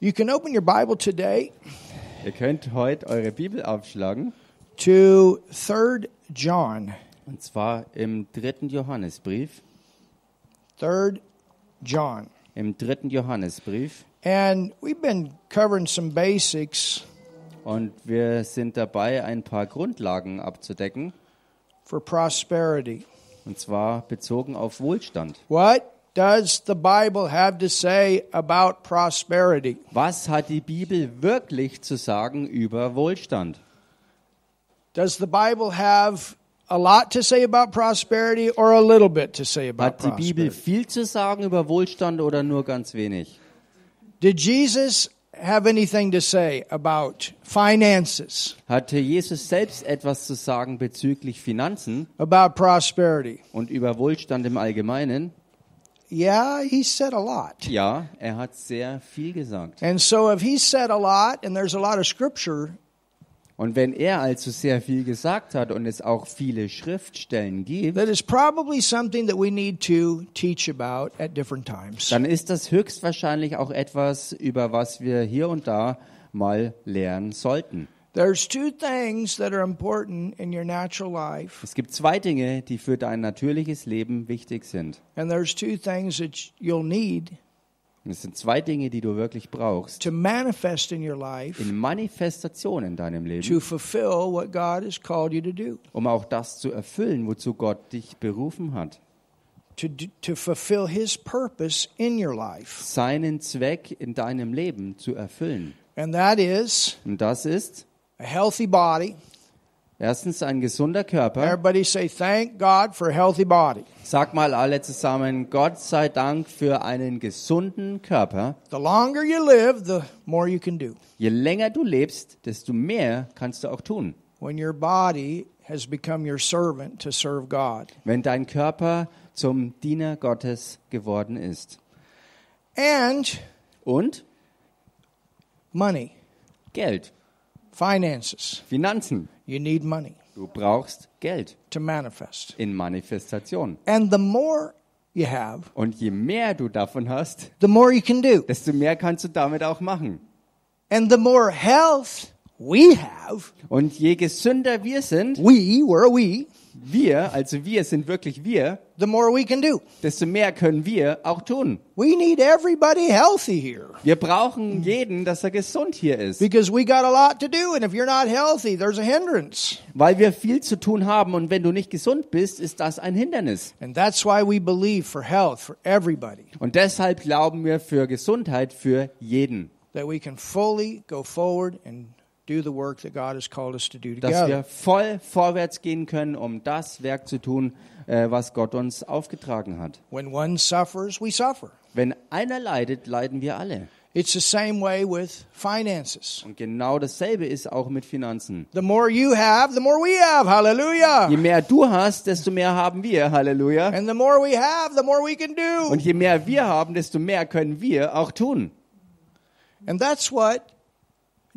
You can open your Bible today Ihr könnt heute eure Bibel aufschlagen to 3rd John. und zwar im dritten Johannesbrief. 3rd John. Im dritten Johannesbrief And we've been covering some basics und wir sind dabei, ein paar Grundlagen abzudecken for prosperity. und zwar bezogen auf Wohlstand. What does the Bible have to say about prosperity? Was hat die Bibel wirklich zu sagen über Wohlstand? Does the Bible have a lot to say about prosperity or a little bit to say about Hat die Bibel prosperity? viel zu sagen über Wohlstand oder nur ganz wenig? Did Jesus have anything to say about finances, Hatte Jesus selbst etwas zu sagen bezüglich Finanzen about prosperity? und über Wohlstand im Allgemeinen? Yeah, he said a lot. Ja, er hat sehr viel gesagt. And so if he said a lot and there's a lot of scripture, Und wenn er also sehr viel gesagt hat und es auch viele Schriftstellen gibt, that is probably something that we need to teach about at different times. dann ist das höchstwahrscheinlich auch etwas, über was wir hier und da mal lernen sollten. There's two things that are important in your natural life, Es gibt zwei Dinge, die für dein natürliches Leben wichtig sind. and there's two things that you'll need Und es sind zwei Dinge, die du wirklich brauchst. to manifest in your life In Manifestation in deinem Leben, to fulfill what God has called you to do, um auch das zu erfüllen, wozu Gott dich berufen hat. to, do, to fulfill His purpose in your life. Seinen Zweck in deinem Leben zu erfüllen. And that is Und das ist a healthy body. erstens ein gesunder Körper. Everybody say, Thank God for a healthy body. Sag mal alle zusammen, Gott sei Dank für einen gesunden Körper. The longer you live, the more you can do. Je länger du lebst, desto mehr kannst du auch tun. When your body has become your servant to serve God. Wenn dein Körper zum Diener Gottes geworden ist. And Und money, Geld, finances. Finanzen. You need money Du brauchst Geld to manifest. in Manifestation. And the more you have, Und je mehr du davon hast, the more you can do. desto mehr kannst du damit auch machen. And the more health we have, Und je gesünder wir sind, we, we're a we, wir, also wir sind wirklich wir, the more we can do. desto mehr können wir auch tun. We need everybody healthy here Wir brauchen jeden, dass er gesund hier ist. because we got a lot to do. And if you're not healthy, there's a hindrance. Weil wir viel zu tun haben und wenn du nicht gesund bist, ist das ein Hindernis. And that's why we believe for health for everybody Und deshalb glauben wir für Gesundheit für jeden, that we can fully go forward and do the work that God has called us to do dass together. wir voll vorwärts gehen können, um das Werk zu tun, äh, was Gott uns aufgetragen hat. When one suffers, we suffer. Wenn einer leidet, leiden wir alle. It's the same way with finances. Und genau dasselbe ist auch mit Finanzen. The more you have, the more we have. Je Hallelujah. mehr du hast, desto mehr haben wir, Halleluja. And the more we have, the more we can Und do. je mehr wir haben, desto mehr können wir auch tun. And that's what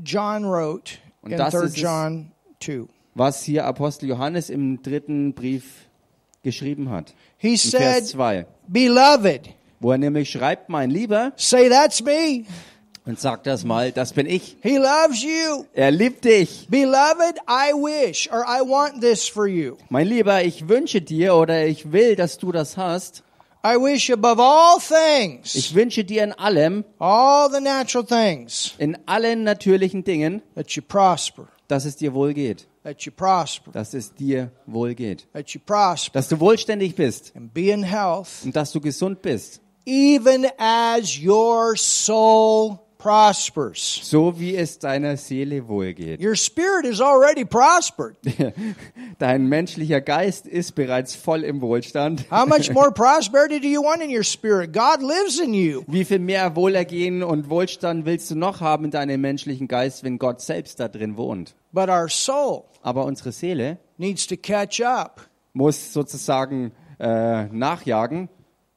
John wrote Und in das 3 ist es- John 2. Was hier Apostel Johannes im dritten Brief geschrieben hat. He In Vers said, 2. Beloved, wo er nämlich schreibt, mein Lieber, say that's me. und sagt das mal, das bin ich. He loves you. Er liebt dich. Beloved, I wish or I want this for you. Mein Lieber, ich wünsche dir oder ich will, dass du das hast. I wish above all Ich things, wünsche dir in allem, all the natural things, in allen natürlichen Dingen, that you prosper, dass es dir wohl geht. that you prosper, Dass es dir wohl geht. that you prosper, Dass du wohlständig bist and be in health, und dass du gesund bist. even as your soul prospers. So wie es deiner Seele wohl geht. Your spirit is already prospered. Dein menschlicher Geist ist bereits voll im Wohlstand. How much more prosperity do you want in your spirit? God lives in you. Wie viel mehr Wohlergehen und Wohlstand willst du noch haben in deinem menschlichen Geist, wenn Gott selbst da drin wohnt? But our soul Aber unsere Seele needs to catch up muss sozusagen äh, nachjagen.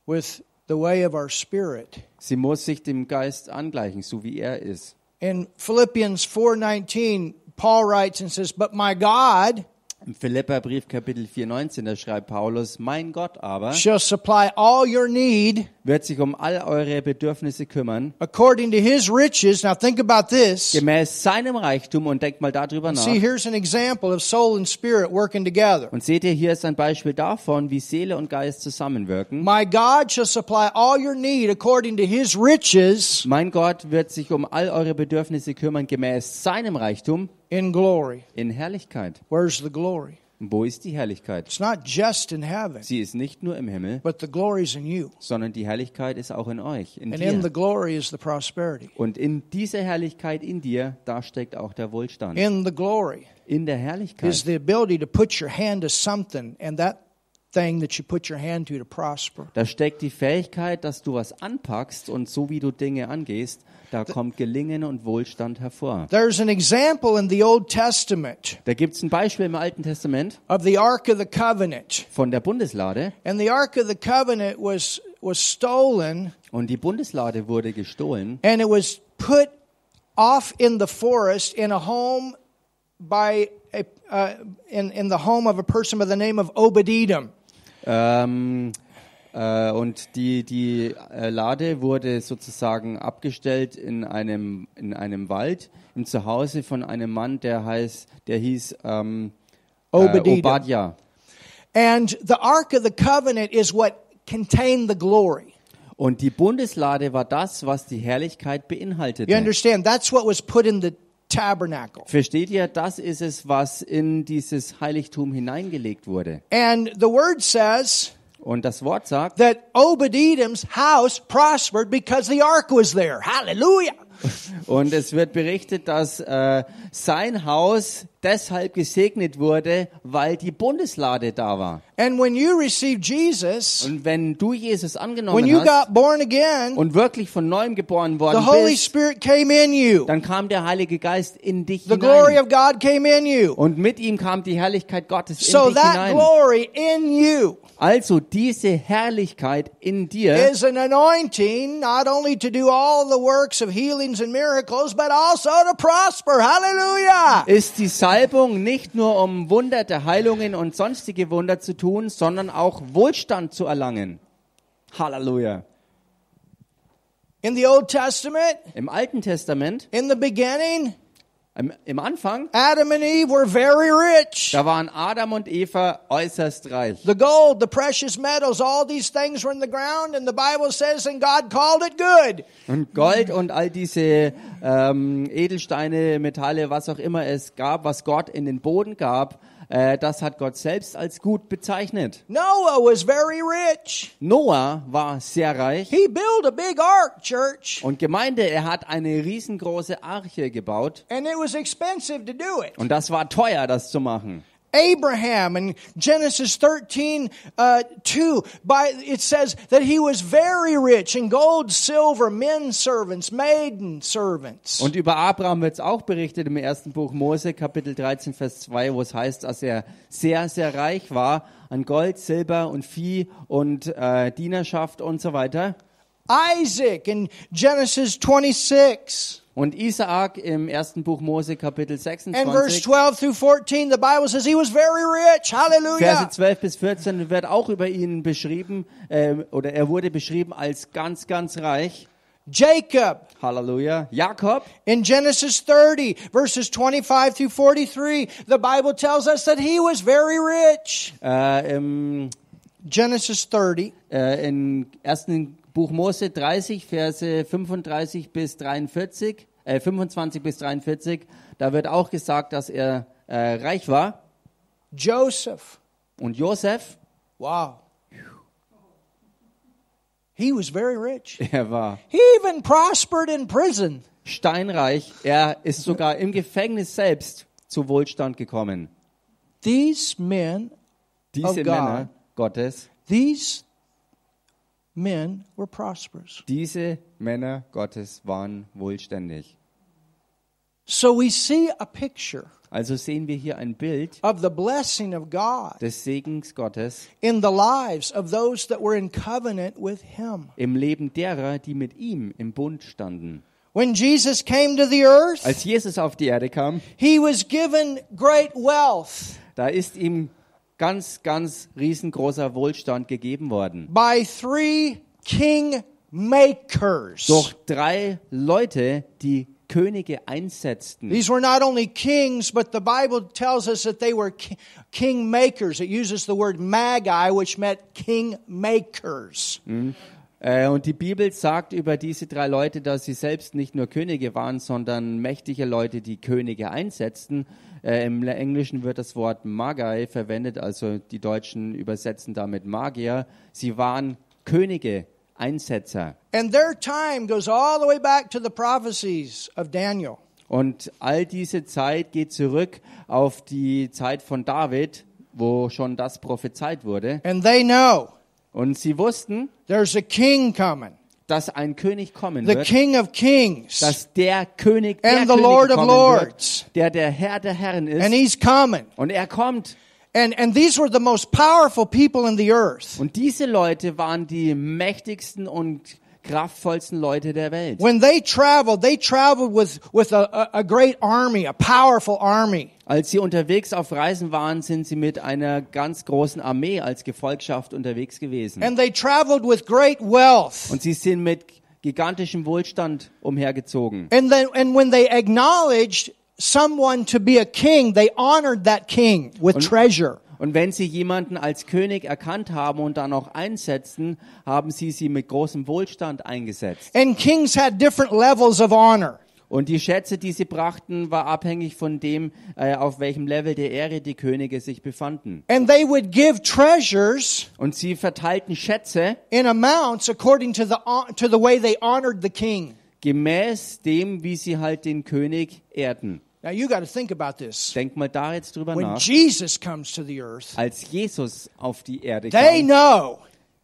with the way of our spirit. Sie muss sich dem Geist angleichen, so wie er ist. In Philippians 4:19, Paul writes and says, "But my God Im Philipperbrief Kapitel 4,19, da schreibt Paulus, mein Gott aber shall supply all your need wird sich um all eure Bedürfnisse kümmern, according to his riches. Now think about this. gemäß seinem Reichtum und denkt mal darüber See, nach. here's an example of soul and spirit working together. Und seht ihr, hier ist ein Beispiel davon, wie Seele und Geist zusammenwirken. My God shall supply all your need according to his riches Mein Gott wird sich um all eure Bedürfnisse kümmern, gemäß seinem Reichtum in glory. in Herrlichkeit. Where's the glory? Wo ist die Herrlichkeit? It's not just in heaven, Sie ist nicht nur im Himmel, but the glory's in you. sondern die Herrlichkeit ist auch in euch, in And in the dir. glory is the prosperity. Und in dieser Herrlichkeit in dir, da steckt auch der Wohlstand. In the glory In der is Herrlichkeit the ability to put your hand to something and that thing that you put your hand to to prosper. Da steckt die Fähigkeit, dass du was anpackst und so wie du Dinge angehst, da kommt Gelingen und Wohlstand hervor. There's an example in the Old Testament Da gibt es ein Beispiel im Alten Testament of the Ark of the Covenant. von der Bundeslade And the Ark of the Covenant was was stolen und die Bundeslade wurde gestohlen and it was put off in the forest in a home by a, uh, in, in the home of a person by the name of Obed-Edom. ähm, äh, und die, die äh, Lade wurde sozusagen abgestellt in einem, in einem Wald im Zuhause von einem Mann, der, heißt, der hieß ähm, äh, Obed-Edom. Obadja. And the Ark of the Covenant is what contained the glory. Und die Bundeslade war das, was die Herrlichkeit You beinhaltete. understand? That's what was put in the tabernacle. Versteht ihr, das ist es, was in dieses Heiligtum hineingelegt wurde. And the word says Und das Wort sagt, that Obed-Edom's house prospered because the ark was there. Hallelujah. und es wird berichtet, dass äh, sein Haus deshalb gesegnet wurde, weil die Bundeslade da war. And when you received Jesus, Und wenn du Jesus when angenommen you hast got born again, und wirklich von neuem geboren the worden Holy bist, Spirit came in you. dann kam der Heilige Geist in dich The glory hinein. of God came in you. Und mit ihm kam die Herrlichkeit Gottes in So dich that hinein. glory in you Also diese Herrlichkeit in dir is an anointing not only to do all the works of healings and miracles, but also to prosper. Hallelujah. ist die Salbung nicht nur um Wunder der Heilungen und sonstige Wunder zu tun, sondern auch Wohlstand zu erlangen. Halleluja. In the Old Testament, Im Alten Testament, in the beginning, im, im Anfang, Adam and Eve were very rich. da waren Adam und Eva äußerst reich. The gold, the precious metals, all these things were in the ground, and the Bible says, and God called it good. Und Gold und all diese ähm, Edelsteine, Metalle, was auch immer es gab, was Gott in den Boden gab, äh, das hat Gott selbst als gut bezeichnet. Noah was very rich. Noah war sehr reich He built a big ark, church, und Gemeinde, er hat eine riesengroße Arche gebaut. and it was expensive to do it. Und das war teuer, das zu machen. Abraham in Genesis 13, uh, 2, by, it says that he was very rich in gold, silver, men servants, maiden servants. Und über Abraham wird es auch berichtet im ersten Buch Mose, Kapitel 13, Vers 2, wo es heißt, dass er sehr, sehr reich war an Gold, Silber und Vieh und äh, Dienerschaft und so weiter. Isaac in Genesis 26 Und Isaak im ersten Buch Mose, Kapitel and verse 26, 12 through 14, the Bible says he was very rich. Verse Hallelujah. 12 bis 14 wird auch über ihn beschrieben, ähm, oder er wurde beschrieben als ganz, ganz reich. Jacob Halleluja. Jakob in Genesis 30, verses 25 through 43, the Bible tells us that he was very rich. äh, im Genesis 30. äh, im ersten Buch Mose 30, Verse 35 bis 43, äh, 25 bis 43, da wird auch gesagt, dass er äh, reich war. Joseph. Und Josef, Wow. He was very rich. er war He even prospered in prison. steinreich. Er ist sogar im Gefängnis selbst zu Wohlstand gekommen. These men, Diese Oh God. Männer Gottes, these men were prosperous. diese Männer Gottes waren wohlständig. So we see a picture Also sehen wir hier ein Bild of the blessing of God des Segens Gottes in the lives of those that were in covenant with Him. im Leben derer, die mit ihm im Bund standen. When Jesus came to the earth, Als Jesus auf die Erde kam, He was given great wealth Da ist ihm ganz, ganz riesengroßer Wohlstand gegeben worden. by three king makers. Doch drei Leute, die Könige einsetzten. These were not only kings, but the Bible tells us that they were ki- king makers. It uses the word magi, which meant king makers. Äh, und die Bibel sagt über diese drei Leute, dass sie selbst nicht nur Könige waren, sondern mächtige Leute, die Könige einsetzten. Äh, Im Le- Englischen wird das Wort Magi verwendet, also die Deutschen übersetzen damit Magier. Sie waren Könige, Einsetzer. And their time goes all the way back to the prophecies of Daniel. Und all diese Zeit geht zurück auf die Zeit von David, wo schon das prophezeit wurde. And they know Und sie wussten, there's a king coming, dass ein König kommen the wird, king of kings, dass der König der And the Könige Lord of kommen Lords. wird, der der Herr der Herren ist. and he's coming. Und er kommt. And, and these were the most powerful people in the earth. Und diese Leute waren die mächtigsten und kraftvollsten Leute der Welt. When they traveled, they traveled with, with a, a, a great army, a powerful army. Als sie unterwegs auf Reisen waren, sind sie mit einer ganz großen Armee als Gefolgschaft unterwegs gewesen. And they traveled with great wealth. Und sie sind mit gigantischem Wohlstand umhergezogen. And, then, and when they acknowledged someone to be a king, they honored that king with treasure. Und wenn sie jemanden als König erkannt haben und dann auch einsetzten, haben sie sie mit großem Wohlstand eingesetzt. And kings had different levels of honor. Und die Schätze, die sie brachten, war abhängig von dem, äh, auf welchem Level der Ehre die Könige sich befanden. And they would give treasures Und sie verteilten Schätze in amounts according to the, hon- to the way they honored the king. gemäß dem, wie sie halt den König ehrten. Now you got to think about this. Denk mal da jetzt drüber When nach. Jesus comes to the earth, Als Jesus auf die Erde they kam, know.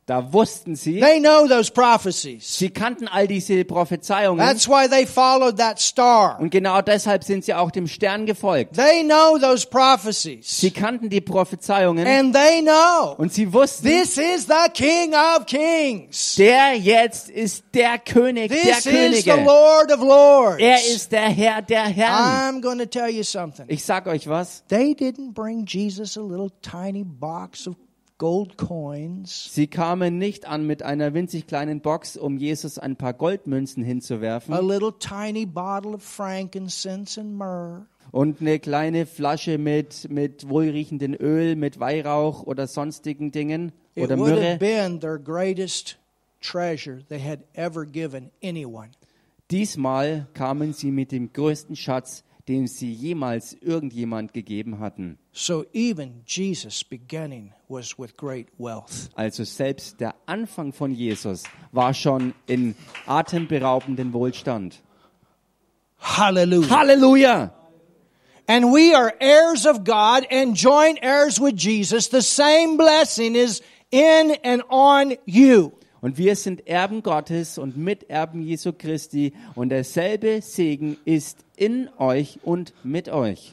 da wussten sie, They know those prophecies. sie kannten all diese Prophezeiungen That's why they followed that star. und genau deshalb sind sie auch dem Stern gefolgt. They know those prophecies. Sie kannten die Prophezeiungen And they know und sie wussten, this is the King of Kings. der jetzt ist der König der This is the Könige. Lord Ah. of Lords. Er ist der Herr der I'm Herren. going to tell you something. Ich sag euch was, They didn't bring Jesus a little tiny box of gold coins. sie kamen nicht an mit einer winzig kleinen Box, um Jesus ein paar Goldmünzen A hinzuwerfen little tiny bottle of frankincense and myrrh. und eine kleine Flasche mit, mit wohlriechendem Öl, mit Weihrauch oder sonstigen Dingen It oder would have Myrrhe. been their greatest treasure they had ever given anyone. Diesmal kamen sie mit dem größten Schatz, den sie jemals irgendjemand gegeben hatten. So even Jesus' beginning was with great wealth. Also selbst der Anfang von Jesus war schon in atemberaubenden Wohlstand. Hallelujah. Halleluja! And we are heirs of God and joint heirs with Jesus. The same blessing is in and on you. Und wir sind Erben Gottes und Miterben Jesu Christi und derselbe Segen ist in euch und mit euch.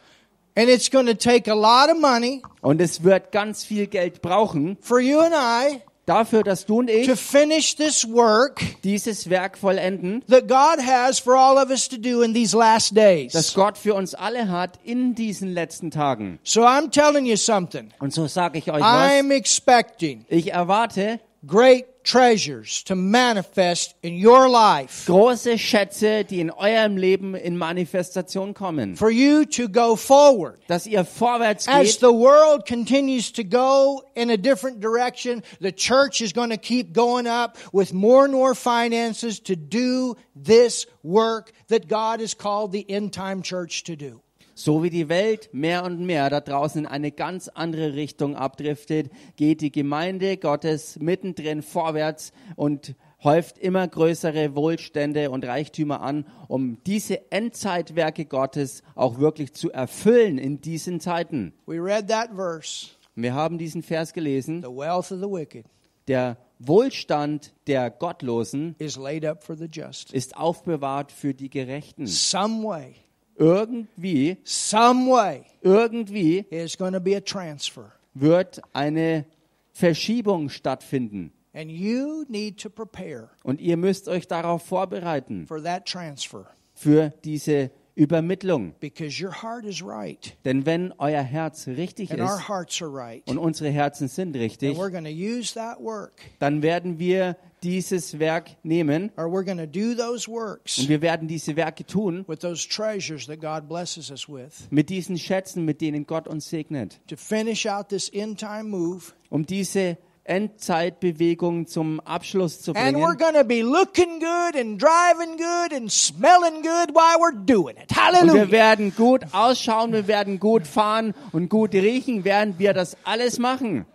And it's going to take a lot of money Und es wird ganz viel Geld brauchen for you and I dafür, dass du und ich to finish this work dieses Werk vollenden, that God has for all of us to do in these last das days. Gott für uns alle hat in diesen letzten Tagen. So I'm telling you something. Und so sage ich euch was, I'm expecting ich erwarte great treasures to manifest in your life große Schätze, die in eurem Leben in Manifestation kommen. for you to go forward. dass ihr vorwärts As geht. the world continues to go in a different direction, the church is going to keep going up with more and more finances to do this work that God has called the end time church to do. So wie die Welt mehr und mehr da draußen in eine ganz andere Richtung abdriftet, geht die Gemeinde Gottes mittendrin vorwärts und häuft immer größere Wohlstände und Reichtümer an, um diese Endzeitwerke Gottes auch wirklich zu erfüllen in diesen Zeiten. We read that verse Wir haben diesen Vers gelesen, the wealth of the wicked der Wohlstand der Gottlosen is laid up for the just. ist aufbewahrt für die Gerechten. Some way, Irgendwie, some way irgendwie is going to be a transfer. wird eine Verschiebung stattfinden. And you need to prepare Und ihr müsst euch darauf vorbereiten for that transfer für diese Übermittlung. because your heart is right Denn wenn euer Herz richtig and our ist hearts are right. und unsere Herzen sind richtig, And we're going to use that work dann werden wir dieses Werk nehmen or we're going to do those works und wir werden diese Werke tun with those treasures that God blesses us with mit diesen Schätzen, mit denen Gott uns segnet, to finish out this end time move. um diese Endzeitbewegung zum Abschluss zu And we're bringen. going to be looking good and driving good and smelling good while we're doing it. Und wir Hallelujah. werden gut ausschauen, wir werden gut fahren und gut riechen, während wir das alles machen.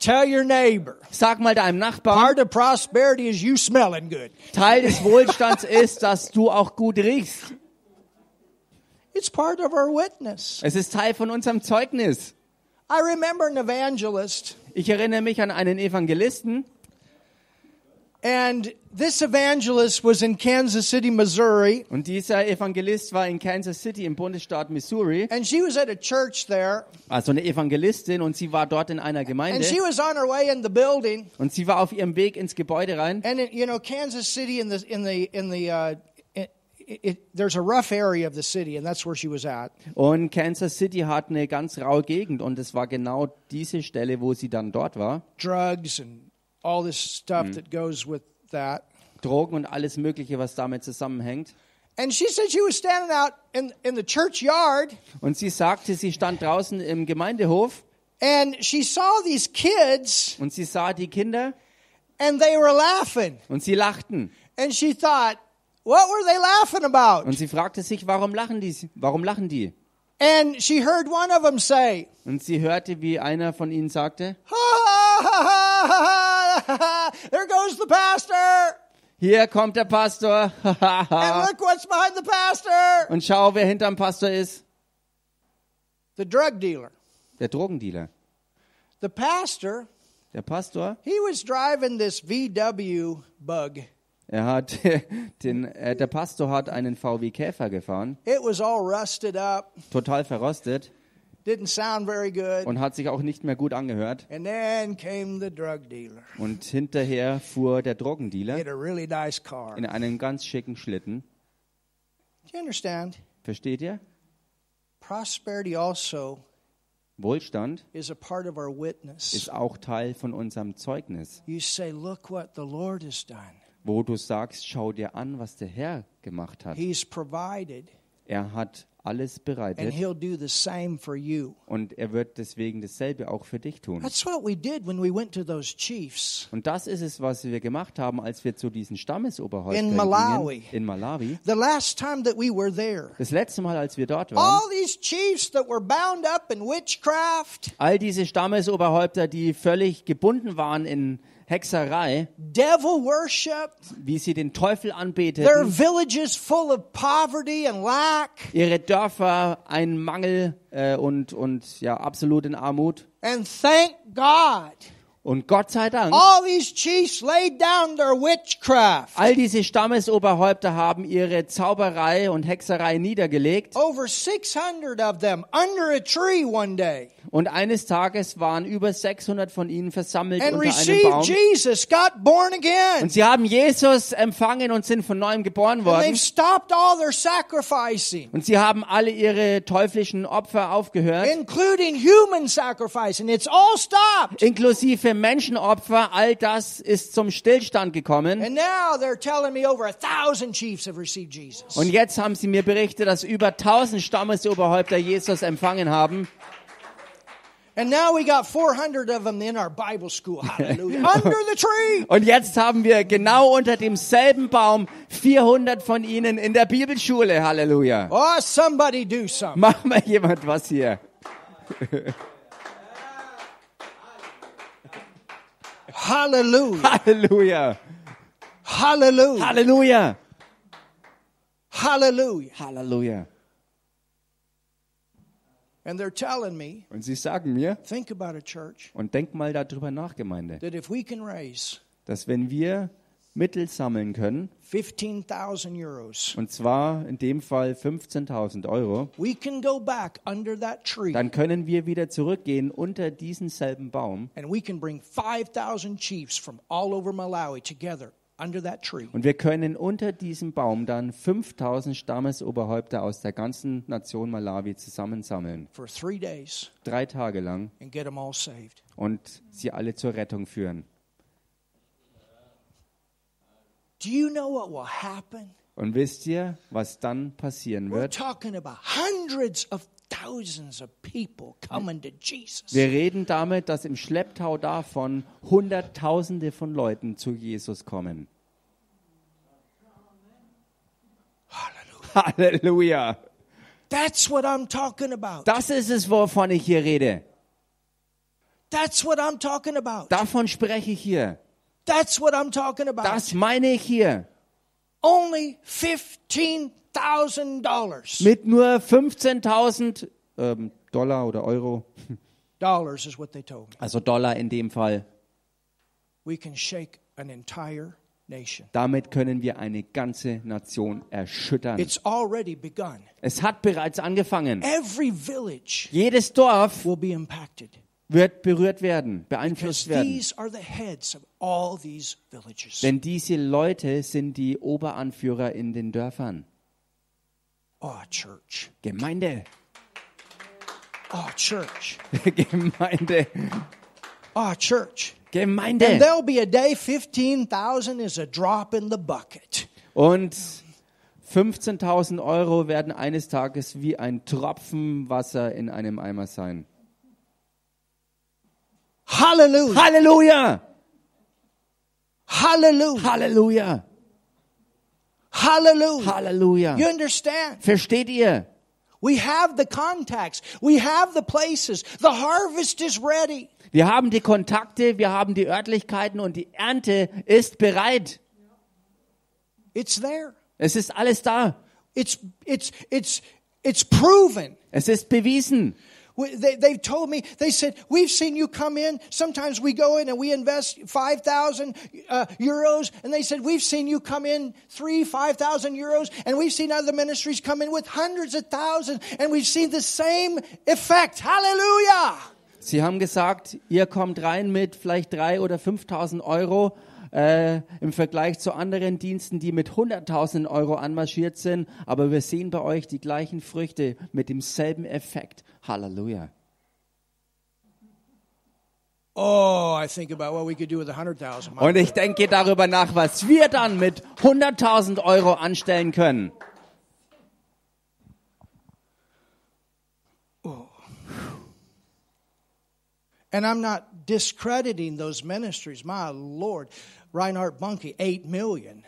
Tell your neighbor. Sag mal deinem Nachbarn, Part of prosperity is you smelling good. Teil des Wohlstands ist, dass du auch gut riechst. It's part of our witness. Es ist Teil von unserem Zeugnis. I remember an evangelist, Ich erinnere mich an einen Evangelisten, and this evangelist was in Kansas City, Missouri, und dieser Evangelist war in Kansas City im Bundesstaat Missouri, and she was at a church there, also eine Evangelistin, und sie war dort in einer and Gemeinde, she was on her way in the building, und sie war auf ihrem Weg ins Gebäude rein. and it, you know, Kansas City in the in the in the uh, it, it, there's a rough area of the city, and that's where she was at. Und Kansas City hat eine ganz raue Gegend, und es war genau diese Stelle, wo sie dann dort war. Drugs and all this stuff that goes with that. Drogen und alles Mögliche, was damit zusammenhängt. And she said she was standing out in in the churchyard, Und sie sagte, sie stand draußen im Gemeindehof and she saw these kids. und sie sah die Kinder and they were laughing. und sie lachten. And she thought, what were they laughing about? Und sie fragte sich, warum lachen die? Warum lachen die? And she heard one of them say, Und sie hörte, wie einer von ihnen sagte, ha ha ha ha ha, ha ha, there goes the pastor. hier kommt der Pastor. And look what's behind the pastor. und schau, wer hinterm Pastor ist. The drug dealer. Der Drogendealer. The pastor, Der Pastor, he was driving this VW bug. er hat den, äh, der Pastor hat einen VW Käfer gefahren, It was all rusted up, total verrostet didn't sound very good. und hat sich auch nicht mehr gut angehört. And then came the drug dealer Und hinterher fuhr der Drogendealer in a really nice car. in Do einem ganz schicken Schlitten. you understand? Versteht ihr? Prosperity also Wohlstand is a part of our witness. ist auch Teil von unserem Zeugnis, You say, Look what the Lord has done. wo du sagst, schau dir an, was der Herr gemacht hat. He's provided, Er hat alles and bereitet He'll do the same for you. und er wird deswegen dasselbe auch für dich tun. That's what we did when we went to those chiefs. Und das ist es, was wir gemacht haben, als wir zu diesen Stammesoberhäuptern In Malawi. gingen, in Malawi. The last time that we were there, Das letzte Mal, als wir dort waren, all these chiefs that were bound up in witchcraft, all diese Stammesoberhäupter, die völlig gebunden waren in Hexerei, devil worship, wie sie den Teufel their anbeteten, villages full of poverty and lack, ihre Dörfer ein Mangel äh, und, und ja, absolut in Armut. and thank God, Und Gott sei Dank, all these chiefs laid down their witchcraft. all diese Stammesoberhäupter haben ihre Zauberei und Hexerei niedergelegt. Over 600 of them under a tree one day. Und eines Tages waren über 600 von ihnen versammelt and unter einem received Baum. Jesus, got born again. Und sie haben Jesus empfangen und sind von neuem geboren And worden. they've stopped all their sacrificing, Und sie haben alle ihre teuflischen Opfer aufgehört, including human sacrificing. It's all stopped. inklusive Menschenopfer. All das ist zum Stillstand gekommen. And now they're telling me over a thousand chiefs have received Jesus. Und jetzt haben sie mir berichtet, dass über 1000 Stammesoberhäupter Jesus empfangen haben. And now we got 400 of them in our Bible school. Hallelujah. Under the tree. Und jetzt haben wir genau unter demselben Baum 400 von ihnen in der Bibelschule. Halleluja. Oh, somebody do something. Mach mal jemand was hier. Hallelujah. Halleluja. Hallelujah. Halleluja. Hallelujah. Halleluja. And they're telling me, Und sie sagen mir, think about a church und denk mal darüber nach, Gemeinde, that if we can raise dass wenn wir Mittel sammeln können, 15,000 euros, und zwar in dem Fall 15.000 Euro, we can go back under that tree dann können wir wieder zurückgehen unter diesen selben Baum and we can bring 5,000 chiefs from all over Malawi together under that tree. und wir können unter diesem Baum dann 5.000 Stammesoberhäupter aus der ganzen Nation Malawi zusammensammeln, For three days drei Tage lang, and get them all saved. und sie alle zur Rettung führen. Do you know what will happen? Und wisst ihr, was dann passieren We're wird? talking about hundreds of thousands of people coming to Jesus. Wir reden damit, dass im Schlepptau davon Hunderttausende von Leuten zu Jesus kommen. Hallelujah. Halleluja! That's what I'm talking about. Das ist es, wovon ich hier rede. That's what I'm talking about. Davon spreche ich hier. That's what I'm talking about. Das meine ich hier. Only $15,000. Mit nur 15.000 ähm, Dollar oder Euro, Dollars is what they told me. also Dollar in dem Fall. We can shake an entire nation. Damit können wir eine ganze Nation erschüttern. It's already begun. Es hat bereits angefangen. Every village Jedes Dorf will be impacted. wird berührt werden, Because beeinflusst werden. these are the heads of all these villages. Denn diese Leute sind die Oberanführer in den Dörfern. Oh, church. Gemeinde, Oh, church. Gemeinde, Oh, church. And Gemeinde. there'll be a day 15,000 is a drop in the bucket. Und 15.000 Euro werden eines Tages wie ein Tropfen Wasser in einem Eimer sein. Hallelujah. Halleluja! Hallelujah. Halleluja! Hallelujah. You Halleluja! understand? Versteht ihr? We have the contacts. We have the places. The harvest is ready. Wir haben die Kontakte, wir haben die Örtlichkeiten und die Ernte ist bereit. It's there. Es ist alles da. It's it's it's it's proven. Es ist bewiesen. We- They, they've told me, they said, we've seen you come in. Sometimes we go in and we invest 5,000 uh, euros. And they said, we've seen you come in three, 5,000 euros. And we've seen other ministries come in with hundreds of thousands. And we've seen the same effect. Hallelujah. Sie haben gesagt, ihr kommt rein mit vielleicht 3.000 oder 5.000 Euro äh, im Vergleich zu anderen Diensten, die mit 100.000 Euro anmarschiert sind. Aber wir sehen bei euch die gleichen Früchte mit demselben Effekt. Halleluja. Oh, I think about what we could do with 100,000. Und ich denke darüber nach, was wir dann mit 100.000 Euro anstellen können. And I'm not discrediting those ministries. My Lord, Reinhard Bunke, 8 million.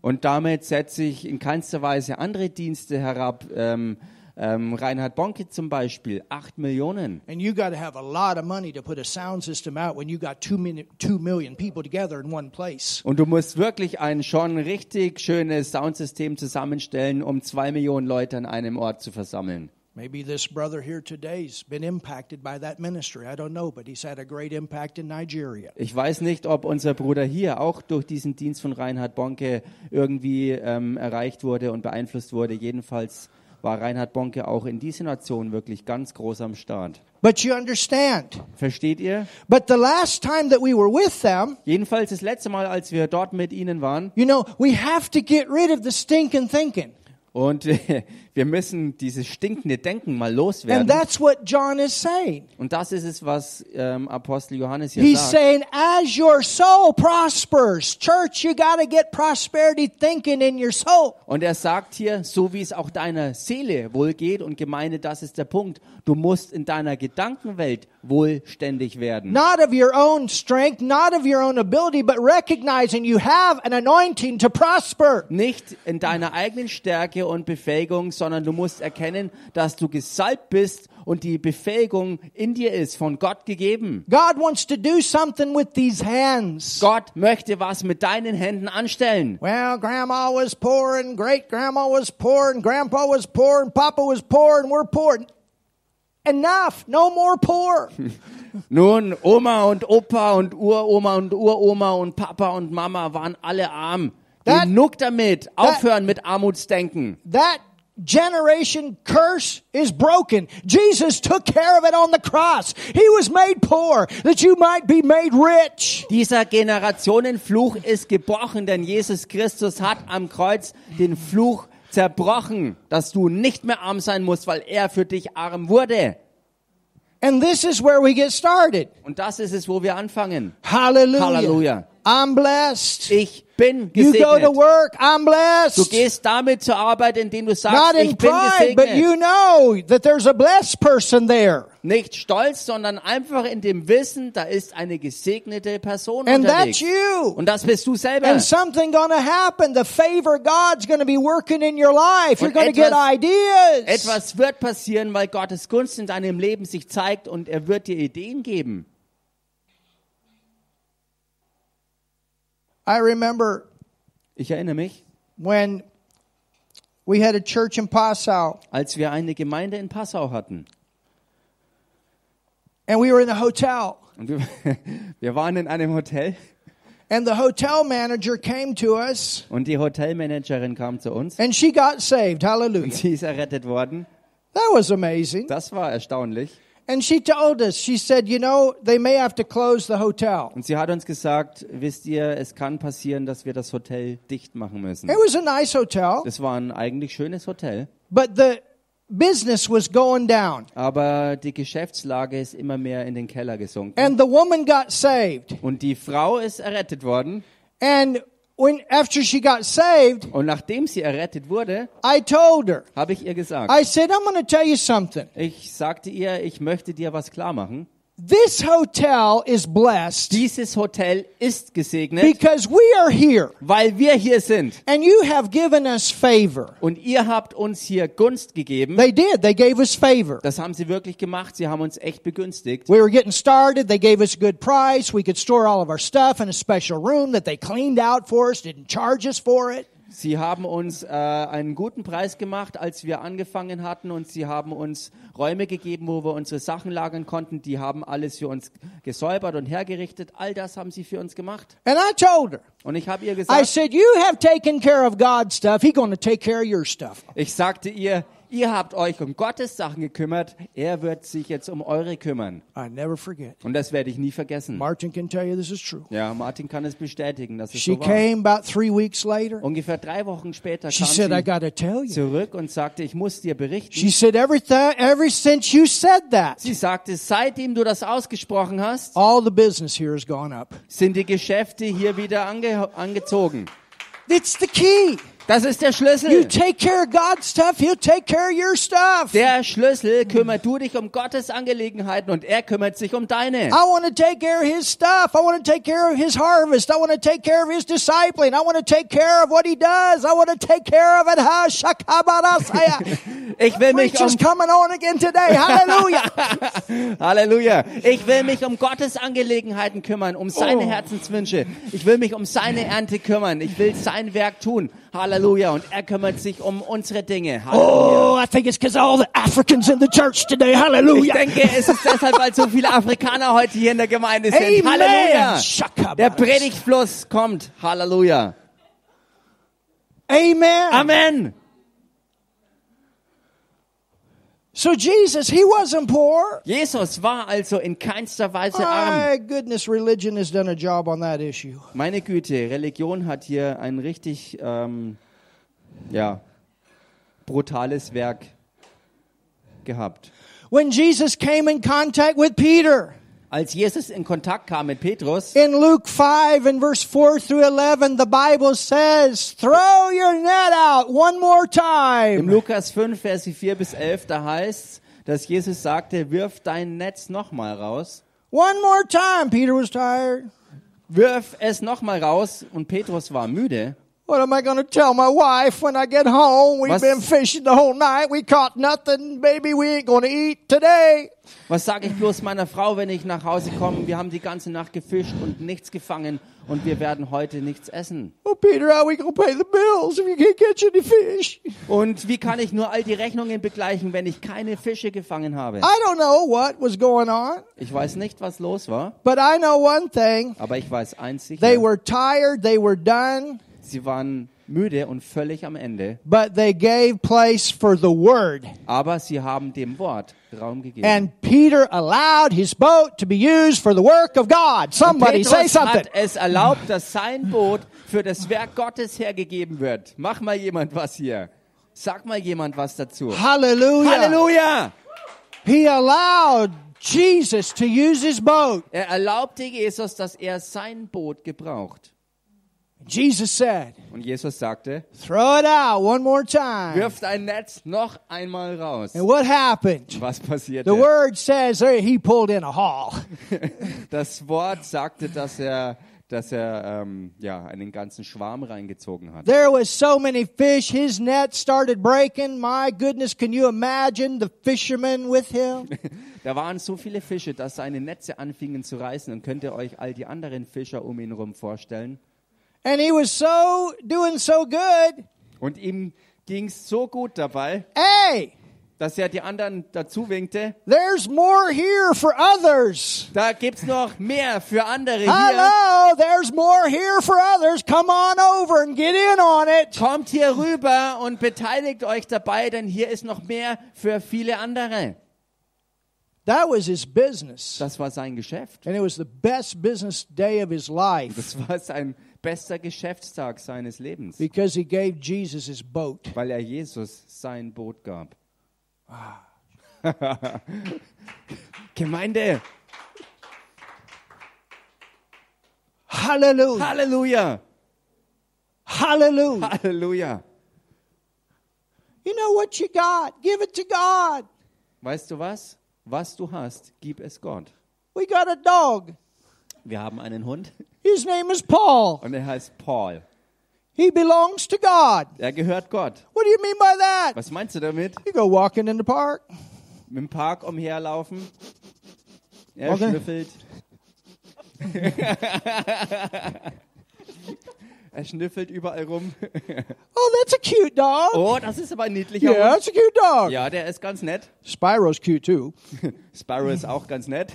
Und damit setze ich in keinster Weise andere Dienste herab. Ähm, ähm, Reinhard Bonke zum Beispiel, 8 Millionen. And you got to have a lot of money to put a sound system out when you got two, min- two million people together in one place. Und du musst wirklich ein schon richtig schönes Soundsystem zusammenstellen, um zwei Millionen Leute an einem Ort zu versammeln. Maybe this brother here today's been impacted by that ministry. I don't know, but he's had a great impact in Nigeria. Ich weiß nicht, ob unser Bruder hier auch durch diesen Dienst von Reinhard Bonke irgendwie ähm, erreicht wurde und beeinflusst wurde. Jedenfalls war Reinhard Bonke auch in dieser Nation wirklich ganz groß am Start. But you understand. Versteht ihr? But the last time that we were with them, Jedenfalls das letzte Mal, als wir dort mit Ihnen waren, you know, we have to get rid of the stinking thinking. Und wir müssen dieses stinkende Denken mal And loswerden. that's what John is saying. Und das ist es, was ähm, Apostel Johannes hier He's sagt. saying, as your soul prospers, church, you got to get prosperity thinking in your soul. Und er sagt hier, so wie es auch deiner Seele wohl geht und Gemeinde, das ist der Punkt. Du musst in deiner Gedankenwelt wohlständig werden. Not of your own strength, not of your own ability, but recognizing you have an anointing to prosper. Nicht in deiner eigenen Stärke und Befähigung, sondern du musst erkennen, dass du gesalbt bist und die Befähigung in dir ist, von Gott gegeben. God wants to do something with these hands. Gott möchte was mit deinen Händen anstellen. Well, grandma was poor and great grandma was poor and grandpa was poor and papa was poor and we're poor. Enough. No more poor. Nun, Oma und Opa und Uroma und Uroma und Papa und Mama waren alle arm. That- Genug damit. Aufhören mit Armutsdenken. that generation curse is broken. Jesus took care of it on the cross. He was made poor that you might be made rich. Dieser Generationenfluch ist gebrochen, denn Jesus Christus hat am Kreuz den Fluch zerbrochen, dass du nicht mehr arm sein musst, weil er für dich arm wurde. And this is where we get started. Und das ist es, wo wir anfangen. Hallelujah. Halleluja. I'm blessed. Ich bin You go to gesegnet. work, I'm Du blessed. gehst damit zur Arbeit, indem du Not sagst, in ich bin pride, but gesegnet. you know that there's a blessed person there. Nicht stolz, sondern einfach in dem Wissen, da ist eine gesegnete Person And that's unterwegs. you. Und das bist du selber. And something gonna happen. The favor of God's gonna be working in your life. You're Und gonna get etwas- ideas. Etwas wird passieren, weil Gottes Gunst in deinem Leben sich zeigt und er wird dir Ideen geben. I remember Ich erinnere mich, when we had a church in Passau als wir eine Gemeinde in Passau hatten. and we were in a hotel Und wir, wir waren in einem Hotel and the hotel manager came to us und die Hotelmanagerin kam zu uns. and she got saved. Hallelujah. Sie ist errettet worden. That was amazing. Das war erstaunlich. And she told us, she said, you know, they may have to close the hotel. Und sie hat uns gesagt, wisst ihr, es kann passieren, dass wir das Hotel dicht machen müssen. It was a nice hotel, Das war ein eigentlich schönes Hotel, but the business was going down. aber die Geschäftslage ist immer mehr in den Keller gesunken. And the woman got saved. Und die Frau ist errettet worden. And when after she got saved, Und nachdem sie errettet wurde, I told her, habe ich ihr gesagt, I said, I'm going to tell you something. ich sagte ihr, ich möchte dir was klar machen. This hotel is blessed Dieses Hotel ist gesegnet, because we are here weil wir hier sind. and you have given us favor. Und ihr habt uns hier Gunst gegeben. They did. They gave us favor. Das haben sie wirklich gemacht. Sie haben uns echt begünstigt. We were getting started. They gave us a good price. We could store all of our stuff in a special room that they cleaned out for us, didn't charge us for it. Sie haben uns äh, einen guten Preis gemacht, als wir angefangen hatten und sie haben uns Räume gegeben, wo wir unsere Sachen lagern konnten. Die haben alles für uns gesäubert und hergerichtet. All das haben sie für uns gemacht. And I told her, Und ich habe ihr I gesagt, said, You have taken care of God's stuff. He's going to take care of your stuff. ich sagte ihr, ihr habt euch um Gottes Sachen gekümmert, er wird sich jetzt um eure kümmern. I never forget. Und das werde ich nie vergessen. Martin can tell you this is true. Ja, Martin kann es bestätigen, dass es She so war. came about three weeks later. Ungefähr drei Wochen später She kam said, I sie got to tell you. zurück und sagte, ich muss dir berichten. She said, Everything, ever since you said that, Sie sagte, seitdem du das ausgesprochen hast, all the business here has gone up. sind die Geschäfte hier wieder ange angezogen. It's the key. Das ist der You Schlüssel. take care of God's stuff, He'll take care of your stuff. Der Schlüssel kümmert du dich um Gottes Angelegenheiten und er kümmert sich um deine. I want to take care of his stuff. I want to take care of his harvest. I want to take care of his discipling. I want to take care of what he does. I want to take care of it. Ha, shakabarasaya. Ich will mich um Preaching's coming on again today. Hallelujah. Halleluja. Ich will mich um Gottes Angelegenheiten kümmern, um seine Herzenswünsche. Ich will mich um seine Ernte kümmern. Ich will sein Werk tun. Halleluja. Und er kümmert sich um unsere Dinge. Halleluja. Oh, I think it's because all the Africans in the church today. Ich Hallelujah. denke, es ist deshalb, weil so viele Afrikaner heute hier in der Gemeinde sind. Amen. Halleluja. Der Shakabarasaya. Predigtfluss kommt. Halleluja. Amen. Amen. So Jesus, he wasn't poor. Jesus war also in keinster um, Weise arm. My goodness, religion has done a job on that issue. Meine Güte, Religion hat hier ein richtig, ähm, ja, brutales Werk gehabt. When Jesus came in contact with Peter, Als Jesus in Kontakt kam mit Petrus, In Luke 5 and verse 4 through 11, the Bible says, throw your net out one more im time. Lukas 5, Verse 4 bis 11, da heißt dass Jesus sagte, wirf dein Netz nochmal raus. One more time. Peter was tired. Wirf es nochmal raus. Und Petrus war müde. What am I going to tell my wife when I get home? We've Was- been fishing the whole night. We caught nothing. Baby, we ain't going to eat today. Was sage ich bloß meiner Frau, wenn ich nach Hause komme? Wir haben die ganze Nacht gefischt und nichts gefangen und wir werden heute nichts essen. Oh, Peter, how we going to pay the bills if you can't catch any fish? Und wie kann ich nur all die Rechnungen begleichen, wenn ich keine Fische gefangen habe? I don't know what was going on, Ich weiß nicht, was los war, but I know one thing. aber ich weiß eins They sicher. were tired. They were done. Sie waren müde und völlig am Ende, But they gave place for the word. aber sie haben dem Wort Raum gegeben. And Peter allowed his boat to be used for the work of God. Somebody say Petrus something. hat es erlaubt, dass sein Boot für das Werk Gottes hergegeben wird. Mach mal jemand was hier. Sag mal jemand was dazu. Hallelujah. Halleluja! He allowed Jesus to use his boat. Er erlaubte Jesus, dass er sein Boot gebraucht. Jesus said, Und Jesus sagte, throw it out one more time. wirft ein Netz noch einmal raus. And what happened? Was The passierte? word says there he pulled in a haul. Das Wort sagte, dass er, dass er ähm, ja, einen ganzen Schwarm reingezogen hat. There was so many fish, his net started breaking. My goodness, can you imagine the fishermen with him? Da waren so viele Fische, dass seine Netze anfingen zu reißen. Und könnt ihr euch all die anderen Fischer um ihn herum vorstellen? And he was so doing so good. Und ihm ging es so gut dabei, Hey, dass er die anderen dazu winkte. there's more here for others. Da gibt's noch mehr für andere hier. Hello, there's more here for others. Come on over and get in on it. Kommt hier rüber und beteiligt euch dabei, denn hier ist noch mehr für viele andere. That was his business. Das war sein Geschäft. And it was the best business day of his life Das war sein bester Geschäftstag seines Lebens, because he gave Jesus his boat. weil er Jesus sein Boot gab. Ah. Gemeinde, Hallelujah. Halleluja, Hallelujah. Halleluja. You know what you got? Give it to God. Weißt du was? Was du hast, gib es Gott. We got a dog. Wir haben einen Hund His name is Paul. und er heißt Paul. He belongs to God. Er gehört Gott. What do you mean by that? Was meinst du damit? You go walking in the park. Mit dem Park umherlaufen? Er Okay. schnüffelt. er schnüffelt überall rum. Oh, that's a cute dog. Oh, das ist aber ein niedlicher yeah, Hund. that's a cute dog. Ja, der ist ganz nett. Spyro's cute too. Sparrow ist auch ganz nett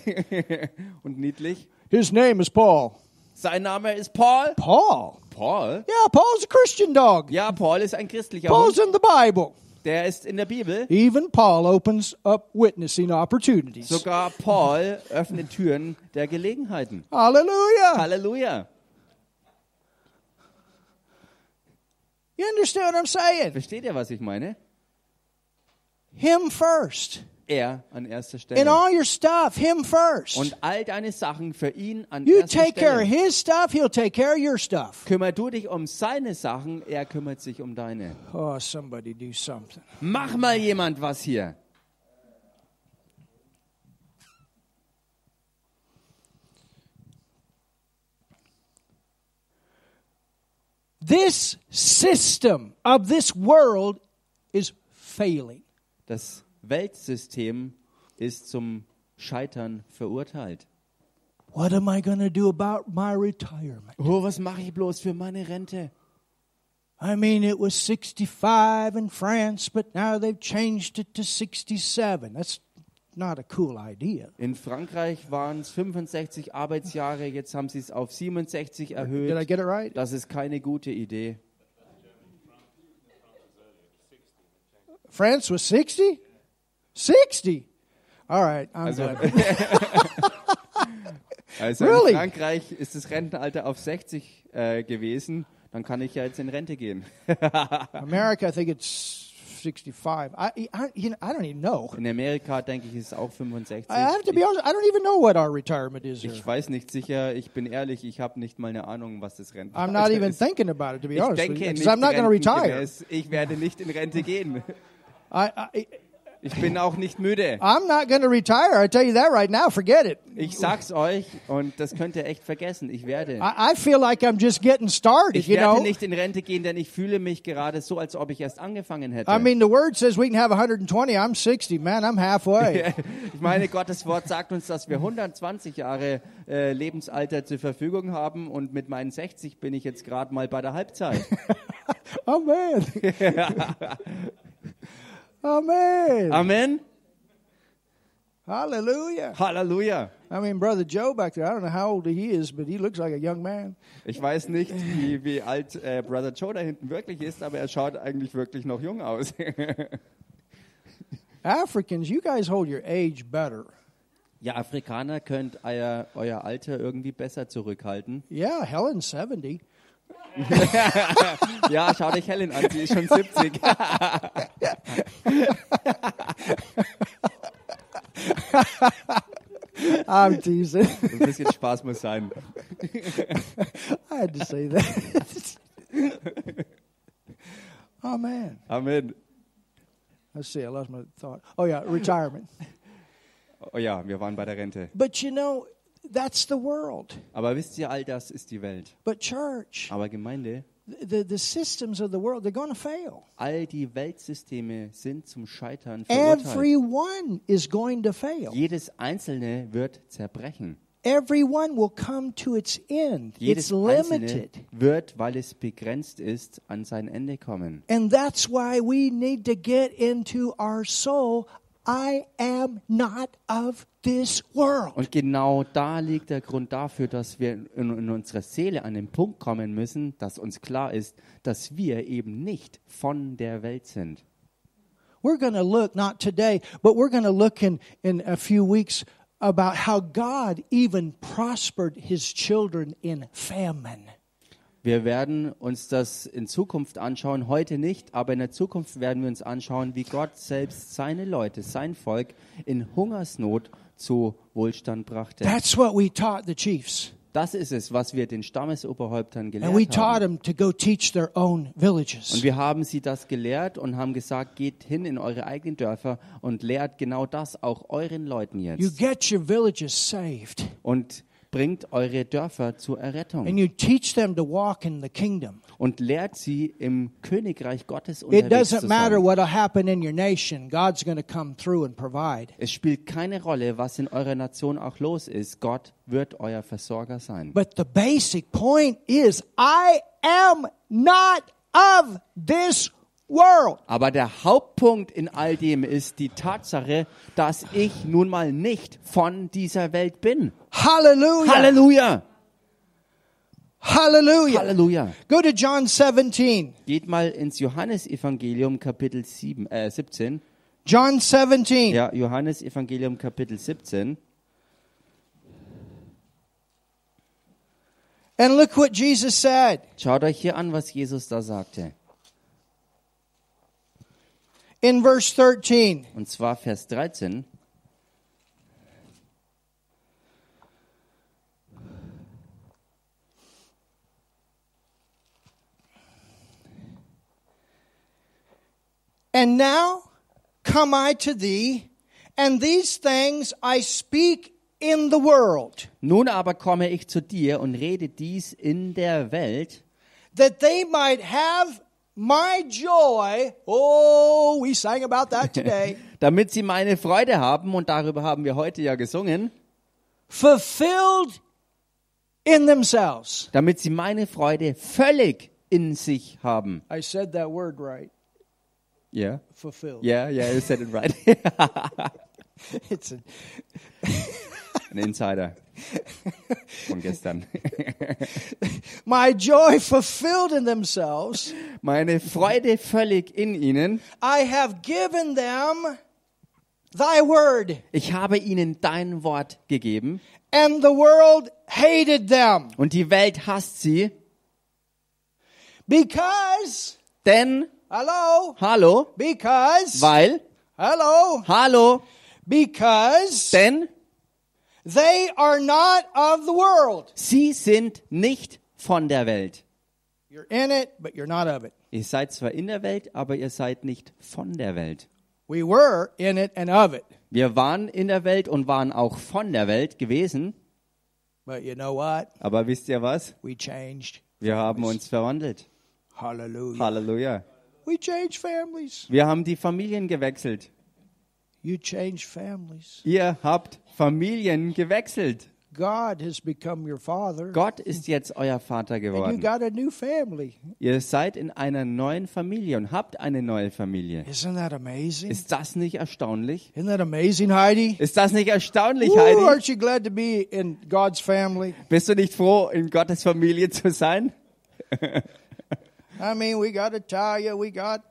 und niedlich. His name is Paul. Sein Name ist Paul. Paul. Paul? Yeah, Paul's a Christian dog. Ja, Paul ist ein christlicher Paul's Hund. in the Bible. Der ist in der Bibel. Even Paul opens up witnessing opportunities. Sogar Paul öffnet Türen der Gelegenheiten. Hallelujah. Halleluja. You understand what I'm saying? Versteht ihr, was ich meine? Him first. Er an erster In Stelle. all your stuff, him first. Und all deine Sachen für ihn an You erster take care of Stelle. his stuff, he'll take care of your stuff. Kümmer du dich um seine Sachen, er kümmert sich um deine. Oh, somebody do something. Mach mal jemand was hier. This system of this world is failing. Das Weltsystem ist zum Scheitern verurteilt. What am I going to do about my retirement? Oh, was mache ich bloß für meine Rente? I mean, it was 65 in France, but now they've changed it to 67. That's not a cool idea. In Frankreich waren es 65 Arbeitsjahre, jetzt haben sie es auf Did 67 I erhöht. get it right? Das ist keine gute Idee. France was 60? 60. All right, I'm Also, done. also Really? in Frankreich ist das Rentenalter auf 60 äh, gewesen. Dann kann ich ja jetzt in Rente gehen. America, I think it's 65. I, I, you know, I don't even know. In Amerika denke ich ist es auch 65. I have to be honest, I don't even know what our retirement is ich, here. ich weiß nicht sicher. Ich bin ehrlich, ich habe nicht mal eine Ahnung, was das Rentenalter I'm not even ist. thinking about it, to be Ich honest. denke Because nicht I'm not going to retire. rentengemäß. Ich werde nicht in Rente gehen. I, I, Ich bin auch nicht müde. I'm not going to retire. I tell you that right now. Forget it. Ich sag's euch und das könnt ihr echt vergessen. Ich werde. I, I feel like I'm just getting started, Ich you werde know? nicht in Rente gehen, denn ich fühle mich gerade so, als ob ich erst angefangen hätte. I mean, the word says we can have 120. I'm 60, man. I'm halfway. Ich meine, Gottes Wort sagt uns, dass wir 120 Jahre äh, Lebensalter zur Verfügung haben und mit meinen 60 bin ich jetzt gerade mal bei der Halbzeit. Oh, Amen. Oh, Amen. Amen. Hallelujah. Halleluja. I mean, Brother Joe back there, I don't know how old he is, but he looks like a young man. Ich weiß nicht, wie, wie alt äh, Brother Joe da hinten wirklich ist, aber er schaut eigentlich wirklich noch jung aus. Africans, you guys hold your age better. ja, Afrikaner könnt euer, euer Alter irgendwie besser zurückhalten. Yeah, Helen's 70. Ja, schau dich Helen an, sie ist schon 70. I'm teasing. Ein bisschen Spaß muss sein. I had to say that. Oh, Amen. Let's see, I lost my thought. Oh, yeah, retirement. Oh ja, wir waren bei der Rente. But you know, that's the world. Aber wisst ihr, all das ist die Welt. But church, Aber Gemeinde, the, the systems of the world, they're going to fail. all die Weltsysteme sind zum Scheitern verurteilt. Everyone is going to fail. Jedes einzelne wird zerbrechen. Everyone will come to its end. Jedes It's einzelne limited. wird, weil es begrenzt ist, an sein Ende kommen. And that's why we need to get into our soul. I am not of this world. Und genau da liegt der Grund dafür, dass wir in, in unserer Seele an den Punkt kommen müssen, dass uns klar ist, dass wir eben nicht von der Welt sind. We're going to look, not today, but we're going to look in, in a few weeks about how God even prospered his children in famine. Wir werden uns das in Zukunft anschauen, heute nicht, aber in der Zukunft werden wir uns anschauen, wie Gott selbst seine Leute, sein Volk in Hungersnot zu Wohlstand brachte. That's what we taught the chiefs. Das ist es, was wir den Stammesoberhäuptern And we gelehrt taught haben. them to go teach their own Und villages. wir haben sie das gelehrt und haben gesagt, geht hin in eure eigenen Dörfer und lehrt genau das auch euren Leuten You jetzt. get your villages saved, Und bringt eure Dörfer zur and Errettung you teach them to walk in the kingdom. und lehrt sie im Königreich Gottes It unterwegs zu doesn't matter sein. what'll happen in your nation. God's going to come through and provide. Es spielt keine Rolle, was in eurer Nation auch los ist. Gott wird euer Versorger sein. But the basic point is I am not of this world. Aber der Hauptpunkt in all dem ist die Tatsache, dass ich nun mal nicht von dieser Welt bin. Hallelujah. Halleluja! Hallelujah. Halleluja! Go to John 17. Geht mal ins Johannesevangelium Kapitel 7, äh 17. John 17. Ja, Johannesevangelium Kapitel 17. And look what Jesus said. Schaut euch hier an, was Jesus da sagte. In verse 13, Und zwar Vers 13. And now come I to thee, and these things I speak in the world, Nun aber komme ich zu dir und rede dies in der Welt, that they might have my joy. Oh, we sang about that today. damit sie meine Freude haben, und darüber haben wir heute ja gesungen, fulfilled in themselves. damit sie meine Freude völlig in sich haben. I said that word right. Ja, Fulfilled. ja, ja, you said it right. It's a, Ein Insider von gestern. my joy fulfilled in themselves. Meine Freude völlig in ihnen. I have given them thy word, Ich habe ihnen dein Wort gegeben and the world hated them. und die Welt hasst sie, Because, denn, hello, hallo, because, weil, hello, hallo, because denn they are not of the world. sie sind nicht von der Welt. You're in it, but you're not of it. Ihr seid zwar in der Welt, aber ihr seid nicht von der Welt. We were in it and of it, Wir waren in der Welt und waren auch von der Welt gewesen, but you know what? aber wisst ihr was? We changed. Wir haben uns verwandelt. Hallelujah. Halleluja. We change families. Wir haben die Familien gewechselt. You change families. Ihr habt Familien gewechselt. God has become your father. Gott ist jetzt euer Vater and you geworden. got a new family. Ihr seid in einer neuen Familie und habt eine neue Familie. Isn't that amazing? Ist das nicht erstaunlich? Isn't that amazing, Heidi? Ist das nicht erstaunlich, Ooh, Heidi? aren't you glad to be in God's family? Bist du nicht froh, in Gottes Familie zu sein? I mean, we got Italia, we got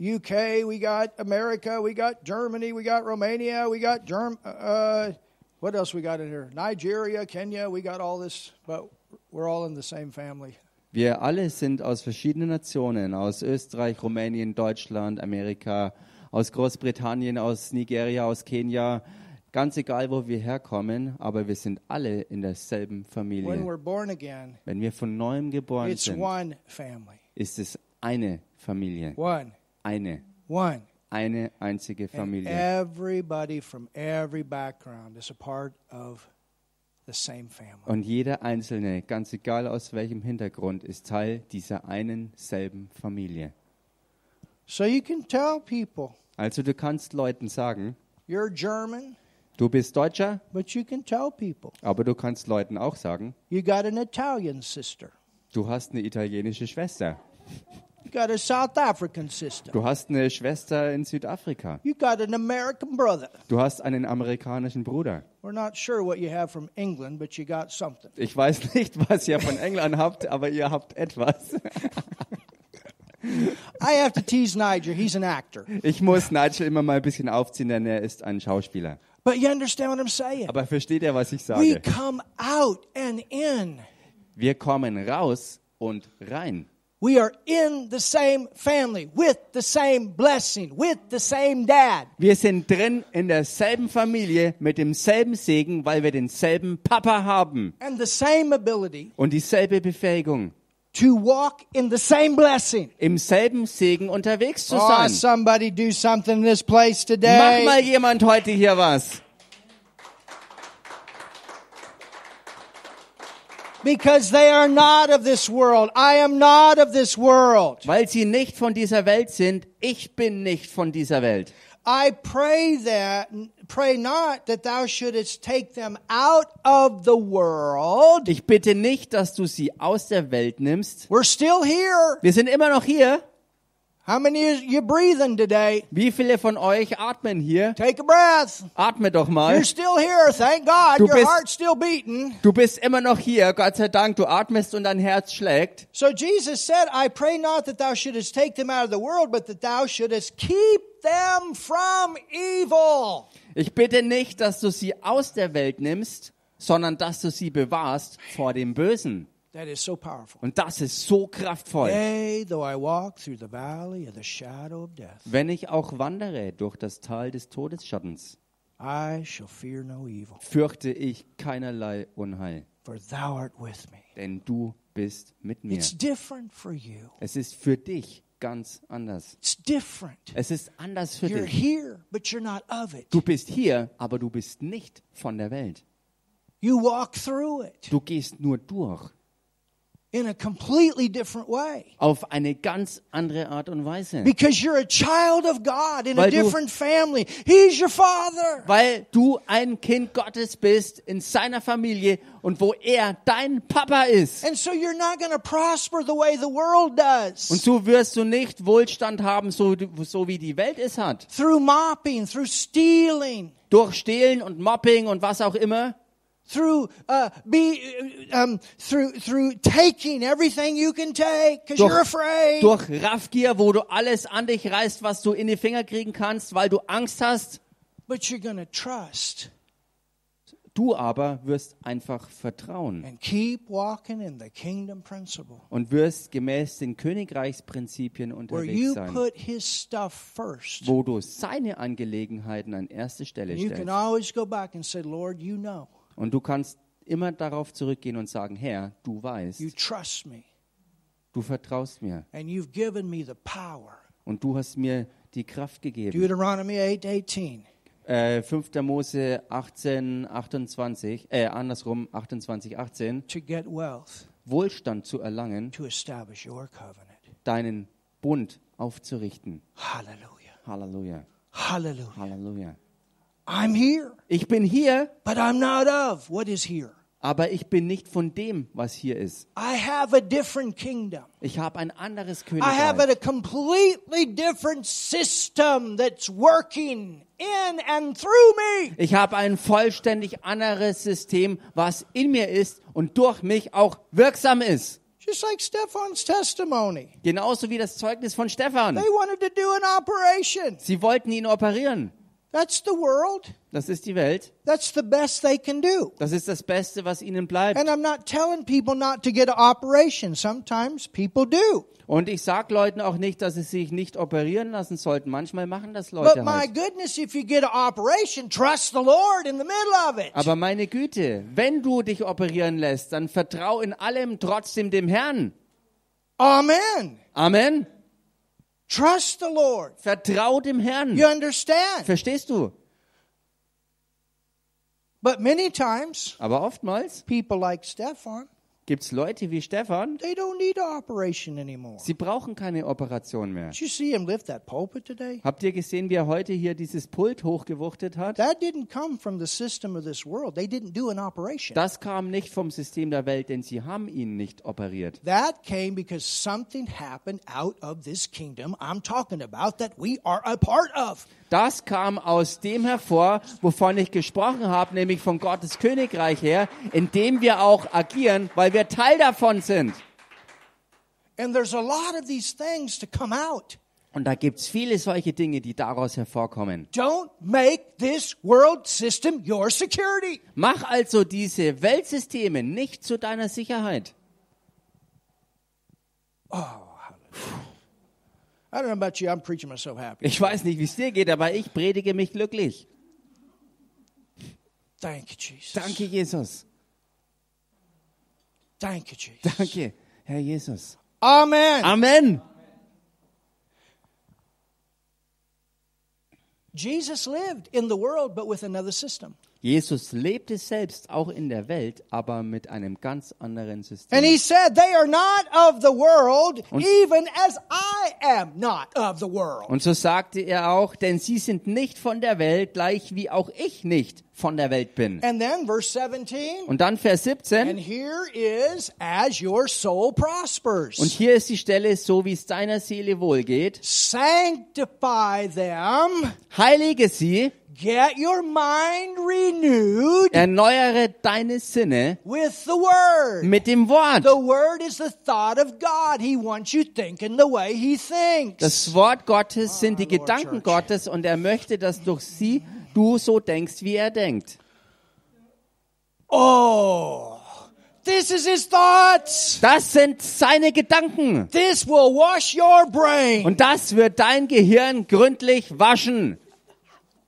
UK, we got America, we got Germany, we got Romania, we got Germ. Uh, what else we got in here? Nigeria, Kenya, we got all this, but we're all in the same family. Wir alle sind aus verschiedenen Nationen, aus Österreich, Rumänien, Deutschland, Amerika, aus Großbritannien, aus Nigeria, aus Kenia, ganz egal, wo wir herkommen, aber wir sind alle in When derselben Familie. we're born again, Wenn wir von neuem geboren it's sind, one family. ist es eine Familie, One Eine. One. Eine einzige Familie. Everybody from every background is a part of the same family. Und jeder Einzelne, ganz egal aus welchem Hintergrund, ist Teil dieser einen selben Familie. So you can tell people Also du kannst Leuten sagen, you're German, du bist Deutscher, but you can tell people aber du kannst Leuten auch sagen, you got an Italian sister, du hast eine italienische Schwester. you got a South African sister, Du hast eine Schwester in Südafrika. you got an American brother. Du hast einen amerikanischen Bruder. We're not sure what you have from England, but you got something. Ich weiß nicht, was ihr von England habt, aber ihr habt etwas. I have to tease Niger. He's an actor. Ich muss Nigel immer mal ein bisschen aufziehen, denn er ist ein Schauspieler. But you understand what I'm saying? Aber versteht ihr, was ich We sage? come out and in. Wir kommen raus und rein. We are in the same family with the same blessing, with the same dad. Wir sind drin in derselben Familie mit demselben Segen, weil wir denselben Papa haben and the same ability und dieselbe Befähigung, to walk in the same blessing. im selben Segen unterwegs zu Oh, sein. somebody do something in this place Mach mal today. jemand heute hier was. Because they are not of this world. I am not of this world. Weil sie nicht von dieser Welt sind, ich bin nicht von dieser Welt. I pray that, pray not that thou shouldest take them out of the world. Ich bitte nicht, dass du sie aus der Welt nimmst. We're still here. Wir sind immer noch hier. How many is you breathing today? Wie viele von euch atmen hier? Take a breath. Atme doch mal. You're still here. Thank God. Du Your bist- heart's still beating. Du bist immer noch hier, Gott sei Dank. Du atmest und dein Herz schlägt. So Jesus said, I pray not that thou shouldest take them out of the world, but that thou shouldest keep them from evil. Ich bitte nicht, dass du sie aus der Welt nimmst, sondern dass du sie bewahrst vor dem Bösen. That is so powerful. Und das ist so kraftvoll. Yea, though I walk through the valley of the shadow of death, Wenn ich auch wandere durch das Tal des Todesschattens, I shall fear no evil, fürchte ich keinerlei Unheil, for thou art with me. denn du bist mit mir. It's different for you. Es ist für dich ganz anders. It's different. Es ist anders für You're dich. here, but you're not of it. Du bist hier, aber du bist nicht von der Welt. You walk through it Du gehst nur durch. in a completely different way Auf eine ganz andere Art und Weise. because you're a child of God in a Weil du- different family. He's your father. Weil du ein Kind Gottes bist in seiner Familie und wo er dein Papa ist. And so you're not going to prosper the way the world does. Und so wirst du nicht Wohlstand haben, so, du- so wie die Welt es hat. through mopping, through stealing, Durch Stehlen und Mobbing und was auch immer. through uh, be um, through through taking everything you can take because Durch, you're afraid. durch Raffgier, wo du alles an dich reißt, was du in die Finger kriegen kannst, weil du Angst hast. But you're going to trust Du aber wirst einfach vertrauen. and keep walking in the kingdom principle und wirst gemäß den Königreichsprinzipien where unterwegs you sein, put His stuff first. wo du seine Angelegenheiten an erste Stelle You can stellst. always go back and say, Lord, you know, Und du kannst immer darauf zurückgehen und sagen, Herr, du you weißt, trust me, du vertraust mir and you've given me the power. und du hast mir die Kraft gegeben. Deuteronomy eight eighteen. Äh, 5. Mose 18, 28, äh, andersrum 28, 18, to get wealth. Wohlstand zu erlangen, to establish your covenant. deinen Bund aufzurichten. Hallelujah. Halleluja, Hallelujah. Halleluja. I'm here, Ich bin hier, but I'm not of what is here. aber ich bin nicht von dem, was hier ist. I have a different kingdom. Ich habe ein anderes I have a Königreich. completely different system that's working in and through me. Ich habe ein vollständig anderes System, was in mir ist und durch mich auch wirksam ist. Just like Stefan's testimony. Genauso wie das Zeugnis von Stefan. They wanted to do an operation. Sie wollten ihn operieren. That's the world. Das ist die Welt. That's the best they can do. Das ist das Beste, was ihnen bleibt. And I'm not telling people not to get an operation. Sometimes people do. Und ich sag Leuten auch nicht, dass sie sich nicht operieren lassen sollten. Manchmal machen das But Leute my halt. goodness, if you get an operation, trust the Lord in the middle of it. Aber meine Güte, wenn du dich operieren lässt, dann vertrau in allem trotzdem dem Herrn. Amen. Amen. Trust the Lord. Vertrau dem Herrn. You understand? Verstehst du? But many times, Aber oftmals people like Stefan, gibt es Leute wie Stefan, they don't need an operation anymore. sie brauchen keine Operation mehr. Did you see him lift that pulpit today? Habt ihr gesehen, wie er heute hier dieses Pult hochgewuchtet hat? That didn't come from the system of this world. They didn't do an operation. Das kam nicht vom System der Welt, denn sie haben ihn nicht operiert. That came because something happened out of this kingdom I'm talking about that we are a part of. Das kam aus dem hervor, wovon ich gesprochen habe, nämlich von Gottes Königreich her, in dem wir auch agieren, weil wir Teil davon sind. And there's a lot of these things to come out. Und da gibt's viele solche Dinge, die daraus hervorkommen. Don't make this world system your security. Mach also diese Weltsysteme nicht zu deiner Sicherheit. I don't know about you, I'm preaching myself happy. Ich weiß nicht, wie es dir geht, aber ich predige mich glücklich. Thank you, Jesus. Danke, Jesus. Thank you, Jesus. Danke, Herr Jesus. Amen. Amen. Jesus lived in the world, but with another system. Jesus lebte selbst auch in der Welt, aber mit einem ganz anderen System. And he said, They are not of the world, even as I am not of the world. Und so sagte er auch, denn sie sind nicht von der Welt, gleich wie auch ich nicht von der Welt bin. And then verse 17, Und dann Vers and 17, here is as your soul und prospers. hier ist die Stelle, so wie es deiner Seele wohlgeht, Sanctify them, heilige sie, get your mind renewed erneuere deine Sinne with the word. mit dem Wort. The word is the thought of God. He wants you thinking the way he thinks. Das Wort Gottes sind die Gedanken Gottes und er möchte, dass durch sie du so denkst, wie er denkt. Oh, this is his thoughts. Das sind seine Gedanken. This will wash your brain. Und das wird dein Gehirn gründlich waschen.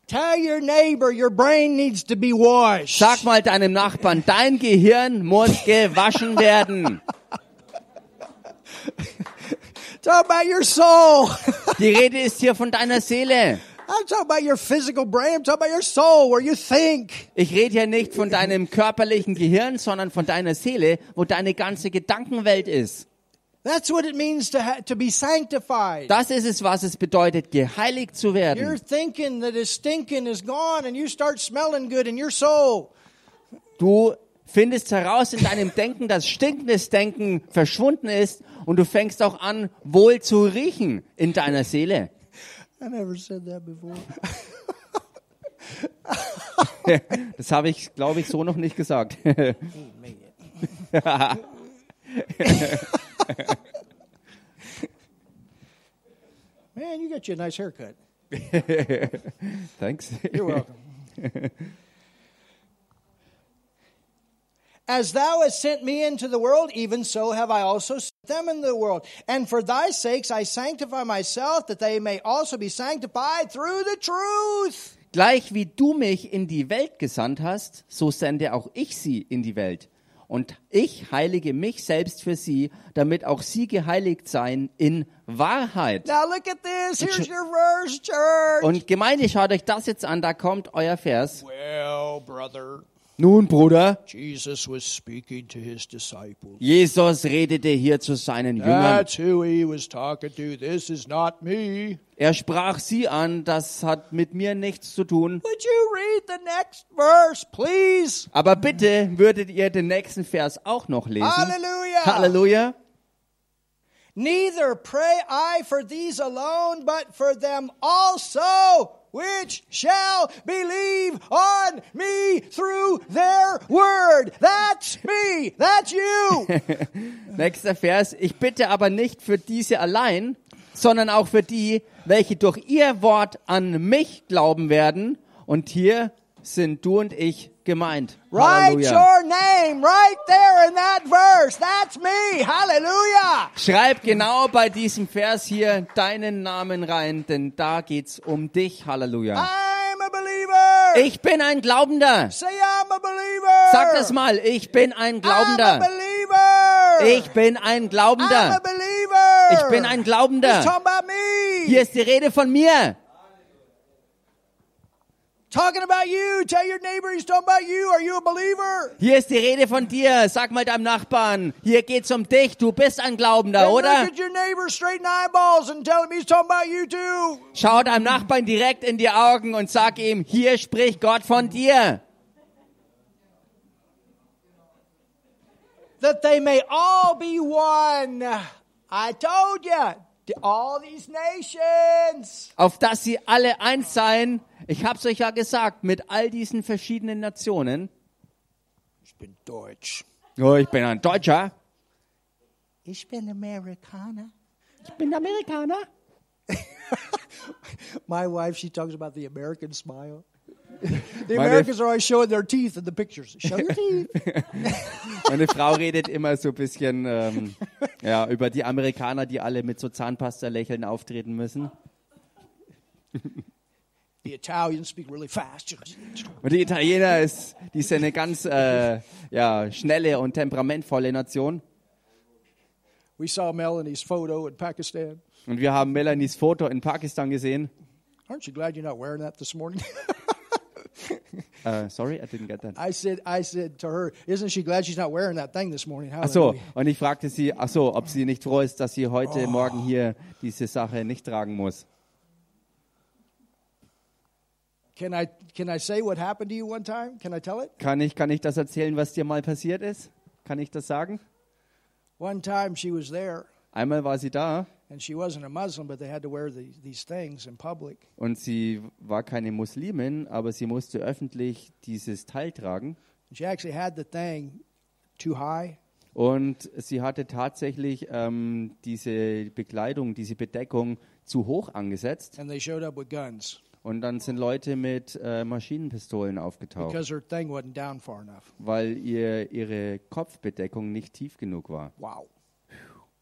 Tell your neighbor your brain needs to be washed. Sag mal deinem Nachbarn, dein Gehirn muss gewaschen werden. Talk about your soul. Die Rede ist hier von deiner Seele. I'm talking about your physical brain. I'm talking about your soul, where you think. Ich rede hier nicht von deinem körperlichen Gehirn, sondern von deiner Seele, wo deine ganze Gedankenwelt ist. That's what it means to ha- to be sanctified. Das ist es, was es bedeutet, geheiligt zu Your werden. thinking that is stinking is gone, and you start smelling good in your soul. Du findest heraus in deinem Denken, dass stinkendes Denken verschwunden ist und du fängst auch an, wohl zu riechen in deiner Seele. I never said that before. Das habe ich, glaube ich, so noch nicht gesagt. Man, you got you a nice haircut. Thanks. You're welcome. As thou hast sent me into the world, even so have I also sent them into the world. And for thy sakes I sanctify myself, that they may also be sanctified through the truth. Gleich wie du mich in die Welt gesandt hast, so sende auch ich sie in die Welt. Und ich heilige mich selbst für sie, damit auch sie geheiligt seien in Wahrheit. Now look at this. Here's your verse, church. Und Gemeinde, schaut euch das jetzt an, da kommt euer Vers. well, brother, Nun, Bruder, Jesus was speaking to his disciples. Jesus redete hier zu seinen Jüngern. That's who he was talking to. This is not me. Er sprach sie an, das hat mit mir nichts zu tun. Would you read the next verse, please? Aber bitte würdet ihr den nächsten Vers auch noch lesen. Halleluja. Halleluja. Neither pray I for these alone, but for them also which shall believe on me through their word. That's me. That's you. Nächster Vers. Ich bitte aber nicht für diese allein, sondern auch für die, welche durch ihr Wort an mich glauben werden. Und hier sind du und ich gemeint. Write Halleluja. your name right there in that verse. That's me. Hallelujah. Schreib genau bei diesem Vers hier deinen Namen rein, denn da geht's um dich. Halleluja. I'm a believer. Ich bin ein Glaubender. Say I'm a believer. Sag das mal. Ich bin ein I'm a Glaubender. believer. Ich bin ein I'm a Glaubender. believer. Ich bin ein Glaubender. He's talking about me. Hier me. ist die Rede von mir. Talking about you. Tell your neighbor he's talking about you. Are you a believer? Hier ist die Rede von dir. Sag mal deinem Nachbarn, hier geht's um dich. Du bist ein Glaubender, And look oder? at your neighbor straight in the eyeballs and tell him he's talking about you too. Schau deinem Nachbarn direkt in die Augen und sag ihm, hier spricht Gott von dir. That they may all be one. I told you. All these nations. Auf dass sie alle eins seien. Ich hab's euch ja gesagt, mit all diesen verschiedenen Nationen. Ich bin Deutsch. Oh, ich bin ein Deutscher. Ich bin Amerikaner. Ich bin Amerikaner. My wife, she talks about the American smile. The My Americans are always showing their teeth in the pictures. Show your teeth. Meine Frau redet immer so ein bisschen ähm, ja, über die Amerikaner, die alle mit so Zahnpasta-Lächeln auftreten müssen. the Italians speak really fast. Und die Italiener ist, die ist ja eine ganz äh, ja, schnelle und temperamentvolle Nation. We saw Melanie's photo in Pakistan. Und wir haben Melanies Foto in Pakistan gesehen. Aren't you glad you're not wearing that this morning? Äh, sorry, I didn't get that. I said, I said to her, "Isn't she glad she's not wearing that thing this morning?" Ach so, Hallelujah. und ich fragte sie, ach so, ob sie nicht froh ist, dass sie heute Morgen hier diese Sache nicht tragen muss. Can I can I say what happened to you one time? Can I tell it? Kann ich, kann ich das erzählen, was dir mal passiert ist? Kann ich das sagen? One time she was there, Einmal war sie da and she wasn't a Muslim, but they had to wear the, these things in public. und sie war keine Muslimin, aber sie musste öffentlich dieses Teil tragen. And she actually had the thing too high, Und sie hatte tatsächlich ähm, diese Bekleidung, diese Bedeckung zu hoch angesetzt. and they showed up with guns Und dann sind Leute mit äh, Maschinenpistolen aufgetaucht, because her thing wasn't down far enough. weil ihr ihre Kopfbedeckung nicht tief genug war. Wow,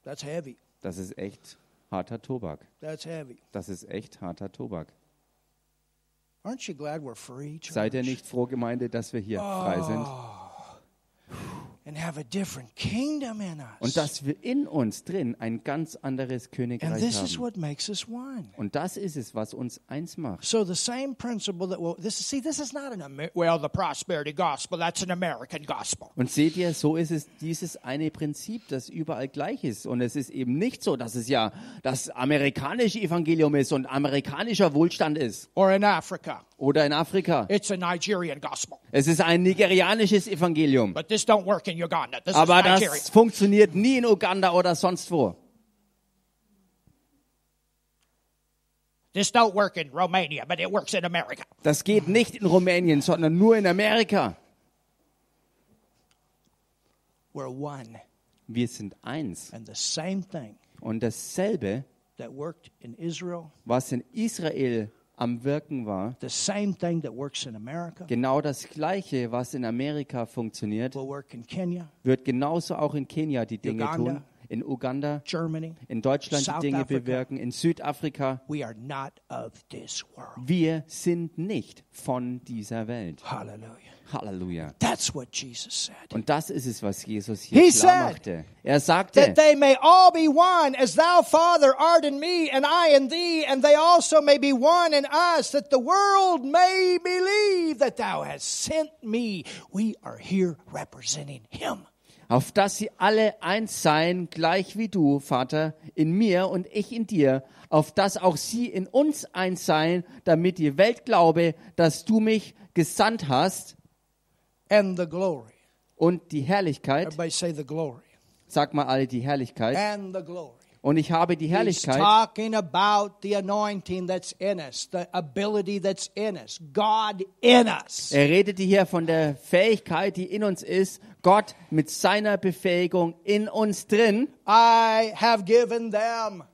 that's heavy. Das ist echt harter Tobak. That's heavy. Das ist echt harter Tobak. Aren't you glad we're free? Church? Seid ihr nicht froh, Gemeinde, dass wir hier frei Ah. sind and have a different kingdom in us. und dass wir in uns drin ein ganz anderes and Königreich this is haben? what makes us one. Und das ist es, was uns eins macht. So the same principle that will this is see this is not an Amer- well the prosperity gospel that's an American gospel. Und seht ihr, so ist es dieses eine Prinzip, das überall gleich ist. Und es ist eben nicht so, dass es ja das amerikanische Evangelium ist und amerikanischer Wohlstand ist. Or in Africa, Oder in Afrika. it's a Nigerian gospel. Es ist ein nigerianisches Evangelium. But this don't work in Uganda. This Aber is Nigeria. das funktioniert nie in Uganda oder sonst wo. This don't work in Romania, but it works in America. Das geht nicht in Rumänien, sondern nur in Amerika. We're one Wir sind eins. and the same thing Und dasselbe, that worked in Israel, was in Israel am Wirken war, the same thing that works in America genau das gleiche, was in Amerika funktioniert, will work in Kenya, wird genauso auch in Kenia die Dinge Uganda. tun. In Uganda, Germany. in Deutschland South die Dinge Africa. bewirken, in Südafrika. We are not of this world. Wir sind nicht von dieser Welt. Hallelujah. Halleluja. That's what Jesus said. Und das ist es, was Jesus hier He klar said machte. Er sagte, That they may all be one, as thou, Father, art in me, and I in thee, and they also may be one in us, that the world may believe that thou hast sent me. We are here representing him. auf dass sie alle eins seien, gleich wie du, Vater, in mir und ich in dir, auf dass auch sie in uns eins seien, damit die Welt glaube, dass du mich gesandt hast And the glory. und die Herrlichkeit, Everybody say the glory. sag mal alle die Herrlichkeit, And the glory. und ich habe die He's Herrlichkeit, talking about the anointing that's in us, the ability that's in us, God in us. er redete hier von der Fähigkeit, die in uns ist, Gott mit seiner Befähigung in uns drin, I have given them.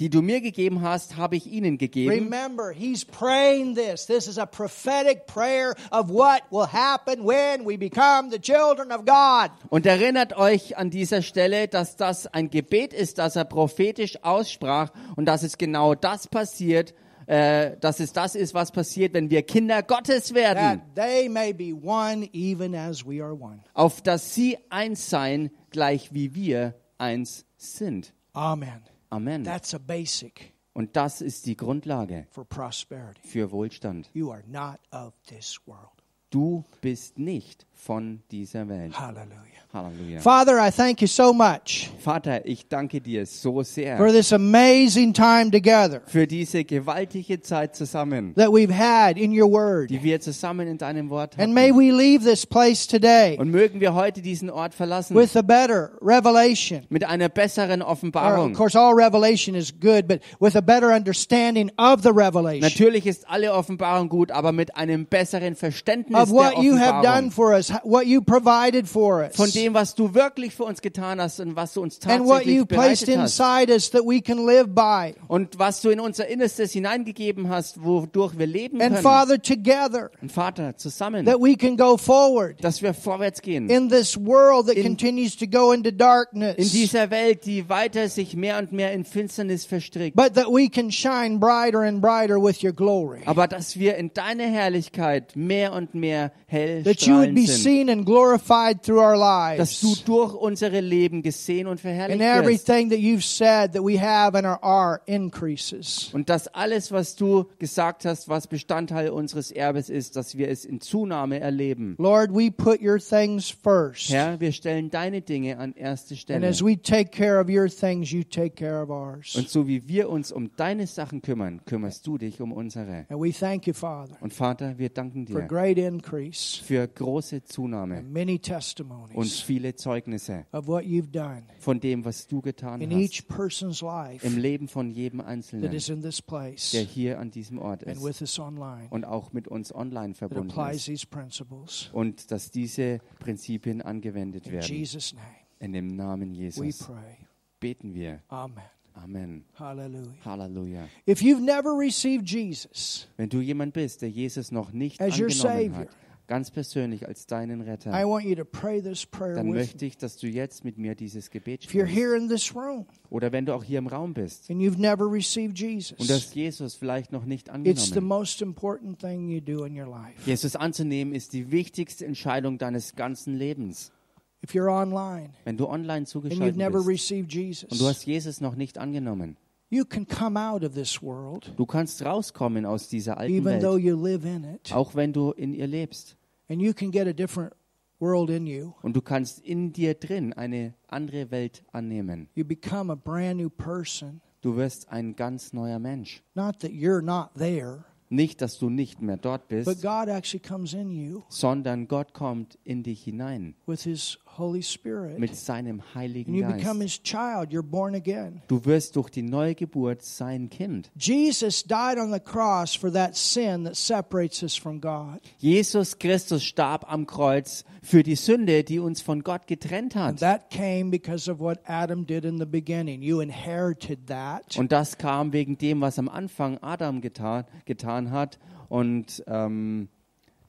die du mir gegeben hast, habe ich ihnen gegeben. Remember, he's praying this. This is a prophetic prayer of what will happen when we become the children of God. Und erinnert euch an dieser Stelle, dass das ein Gebet ist, das er prophetisch aussprach und dass es genau das passiert, äh, dass es das ist, was passiert, wenn wir Kinder Gottes werden, That they may be one even as we are one. auf dass sie eins seien, gleich wie wir eins sind. Amen. Amen. That's a basic Und das ist die Grundlage for prosperity. für Wohlstand. You are not of this world. Du bist nicht von dieser Welt. Hallelujah. Halleluja. Father, I thank you so much Vater, ich danke dir so for sehr this amazing time together für diese gewaltige Zeit zusammen, that we've had in your word. die wir zusammen in deinem Wort And may hatten. we leave this place today Und mögen wir heute diesen Ort verlassen with a better revelation. mit einer besseren Or, of Offenbarung. course, all revelation is good, but with a better understanding of the revelation, Natürlich ist alle Offenbarung gut, aber mit einem besseren Verständnis of der what you have done Offenbarung. for us, what you provided for us, Von dem, was du wirklich für uns getan hast und was du uns and what you tatsächlich placed bereitet hast. inside us that we can live by. Und was du in unser Innerstes hineingegeben hast, wodurch wir leben And können. Father, together, Und Vater, zusammen, that we can go forward dass wir vorwärts gehen. in this world that In- continues to go into darkness, In dieser Welt, die weiter sich mehr und mehr in Finsternis verstrickt. but that we can shine brighter and brighter with your glory. Aber dass wir in deiner Herrlichkeit mehr und mehr hell That you would strahlen be sind. seen and glorified through our Dass du lives. durch unsere Leben gesehen und And verherrlicht wirst. everything that you've said that we have and are, are increases. Und dass alles, was du gesagt hast, was Bestandteil unseres Erbes ist, dass wir es in Zunahme erleben. Lord, we put your things first. Herr, wir stellen deine Dinge an erste And Stelle. as we take care of your things, you take care of ours. Und so wie wir uns um deine Sachen kümmern, kümmerst du dich um unsere. And we thank you, Father, Und Vater, wir danken for dir great increase für große Zunahme and many und testimonies viele Zeugnisse of what you've done von dem, was du getan in hast each person's life im Leben von jedem that Einzelnen, is in this place der hier an diesem Ort and ist with us online und auch mit uns online that verbunden applies ist. these principles. Und dass diese Prinzipien angewendet In werden. Jesus' name In dem Namen we Jesus. pray. beten wir. Amen. Amen. Hallelujah. Halleluja. If you've never received Jesus, Wenn du jemand bist, der Jesus noch nicht As your angenommen Savior. hat, ganz persönlich als deinen I Retter, want you to pray this prayer dann with me. möchte ich, dass du jetzt mit mir dieses Gebet If you're sprichst. here in this room Oder wenn du auch hier im Raum bist and you've never received und Jesus, hast Jesus vielleicht noch nicht It's the angenommen. most important thing you do in your life. Jesus anzunehmen ist die wichtigste Entscheidung deines ganzen Lebens. If you're online Wenn du online and you've zugeschaltet never bist received und du Jesus, hast Jesus noch nicht angenommen, you can come out of this world, du kannst rauskommen aus dieser alten even though Welt, you live in it, auch wenn du in ihr lebst. and you can get a different world in you. Und du kannst in dir drin eine andere Welt annehmen. You become a brand new person. Du wirst ein ganz neuer Mensch. Not that you're not there, Nicht, dass du nicht mehr dort but bist, God actually comes in you sondern Gott kommt in dich hinein with His Holy Spirit, mit seinem and Heiligen you become Geist. His child. You're born again. Du wirst durch die Neugeburt sein Kind. Jesus died on the cross for that sin that separates us from God. Jesus Christus starb am Kreuz für die Sünde, die uns von Gott getrennt And hat. that came because of what Adam did in the beginning. You inherited that. Und das kam wegen dem, was am Anfang Adam getan, getan hat. Und ähm,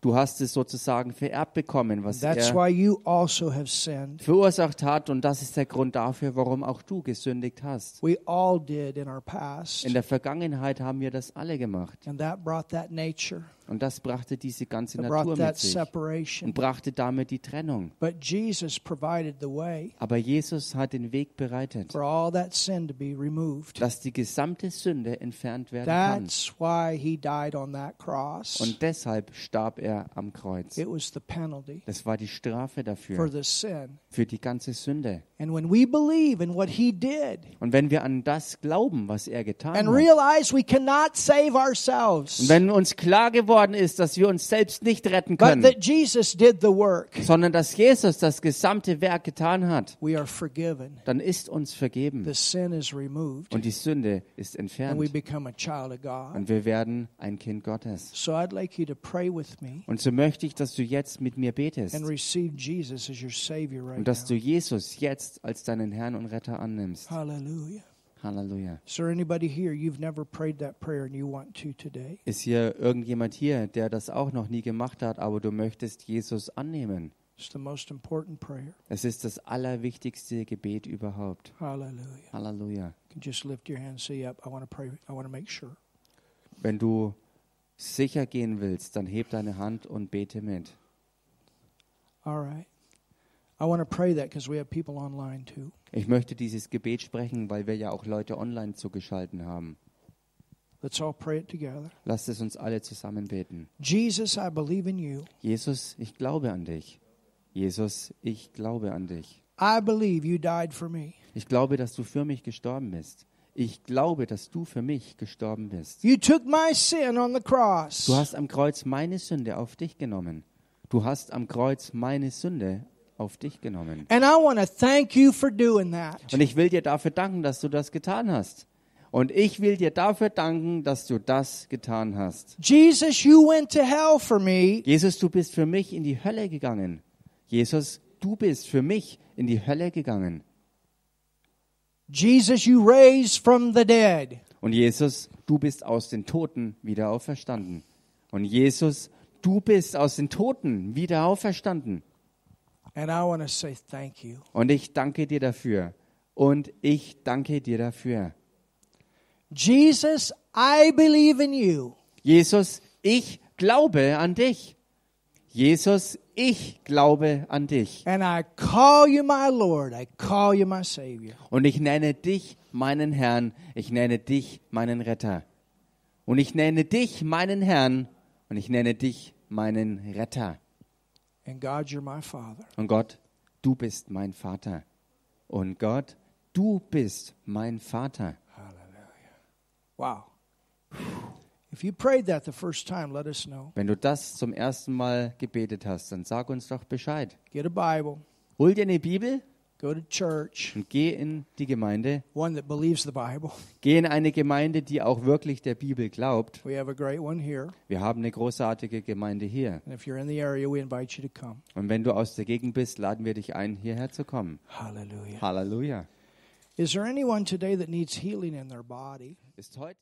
du hast es sozusagen vererbt bekommen, was That's er why you also have sinned. verursacht hat und das ist der Grund dafür, warum auch du gesündigt hast. We all did in our past. In der Vergangenheit haben wir das alle gemacht And that brought that nature, und das brachte diese ganze that Natur brought mit that sich und separation. brachte damit die Trennung. But Jesus provided the way Aber Jesus hat den Weg bereitet, for all that sin to be removed. dass die gesamte Sünde entfernt werden kann. That's why he died on that cross. Und deshalb starb er am Kreuz. It was the penalty Das war die Strafe for dafür, the sin. für die ganze Sünde. And when we believe in what he did Und wenn wir an das glauben, was er getan and hat, realize we cannot save ourselves, und wenn uns klar geworden ist, dass wir uns selbst nicht retten but können, that Jesus did the work, sondern dass Jesus das gesamte Werk getan hat, we are forgiven. dann ist uns vergeben The sin is removed, und die Sünde ist and we entfernt become a child of God. und wir werden ein Kind Gottes. So I'd like you to pray with me Und so möchte ich, dass du jetzt mit mir betest and receive Jesus as your Savior right und dass du now. Jesus jetzt als deinen Herrn und Retter annimmst. Hallelujah. Halleluja. Is there anybody here you've never prayed that prayer and you want to today? Ist hier irgendjemand hier, der das auch noch nie gemacht hat, aber du möchtest Jesus annehmen? It's the most important prayer. Es ist das allerwichtigste Gebet überhaupt. Hallelujah. Halleluja. You can just lift your hand and say, Yep, I want to pray. I want to make sure. Wenn du sicher gehen willst, dann heb deine Hand und bete mit. All right. I want to pray that because we have people online too. Ich möchte dieses Gebet sprechen, weil wir ja auch Leute online zugeschalten haben. Let's all pray it together. Lasst es uns alle zusammen beten. Jesus, I believe in you. Jesus, ich glaube an dich. Jesus, ich glaube an dich. I believe you died for me. Ich glaube, dass du für mich gestorben bist. Ich glaube, dass du für mich gestorben bist. You took my sin on the cross. Du hast am Kreuz meine Sünde auf dich genommen. Du hast am Kreuz meine Sünde auf dich genommen. And I want to thank you for doing that. Und ich will dir dafür danken, dass du das getan hast. Und ich will dir dafür danken, dass du das getan hast. Jesus, you went to hell for me Jesus, du bist für mich in die Hölle gegangen. Jesus, du bist für mich in die Hölle gegangen. Jesus, you raised from the dead. Und Jesus, du bist aus den Toten wieder auferstanden. Und Jesus, du bist aus den Toten wieder auferstanden. And I want to say thank you. Und ich danke dir dafür. Und ich danke dir dafür. Jesus, I believe in you. Jesus, ich glaube an dich. Jesus, ich glaube an dich. And I call you my Lord. I call you my Savior. Und ich nenne dich meinen Herrn. Ich nenne dich meinen Retter. Und ich nenne dich meinen Herrn. Und ich nenne dich meinen Retter. And God, you're my Father. Und Gott, du bist mein Vater. Und Gott, du bist mein Vater. Wow. If you prayed that the first time, let us know. Wenn du das zum ersten Mal gebetet hast, dann sag uns doch Bescheid. Get a Bible, Hol dir eine Bibel go to church, und geh in die Gemeinde. one that believes the Bible. Geh in eine Gemeinde, die auch wirklich der Bibel glaubt. We have a great one here. Wir haben eine großartige Gemeinde hier. And if you're in the area, we invite you to come. Und wenn du aus der Gegend bist, laden wir dich ein, hierher zu kommen. Hallelujah. Halleluja. Is there anyone today that needs healing in their body? Ist heute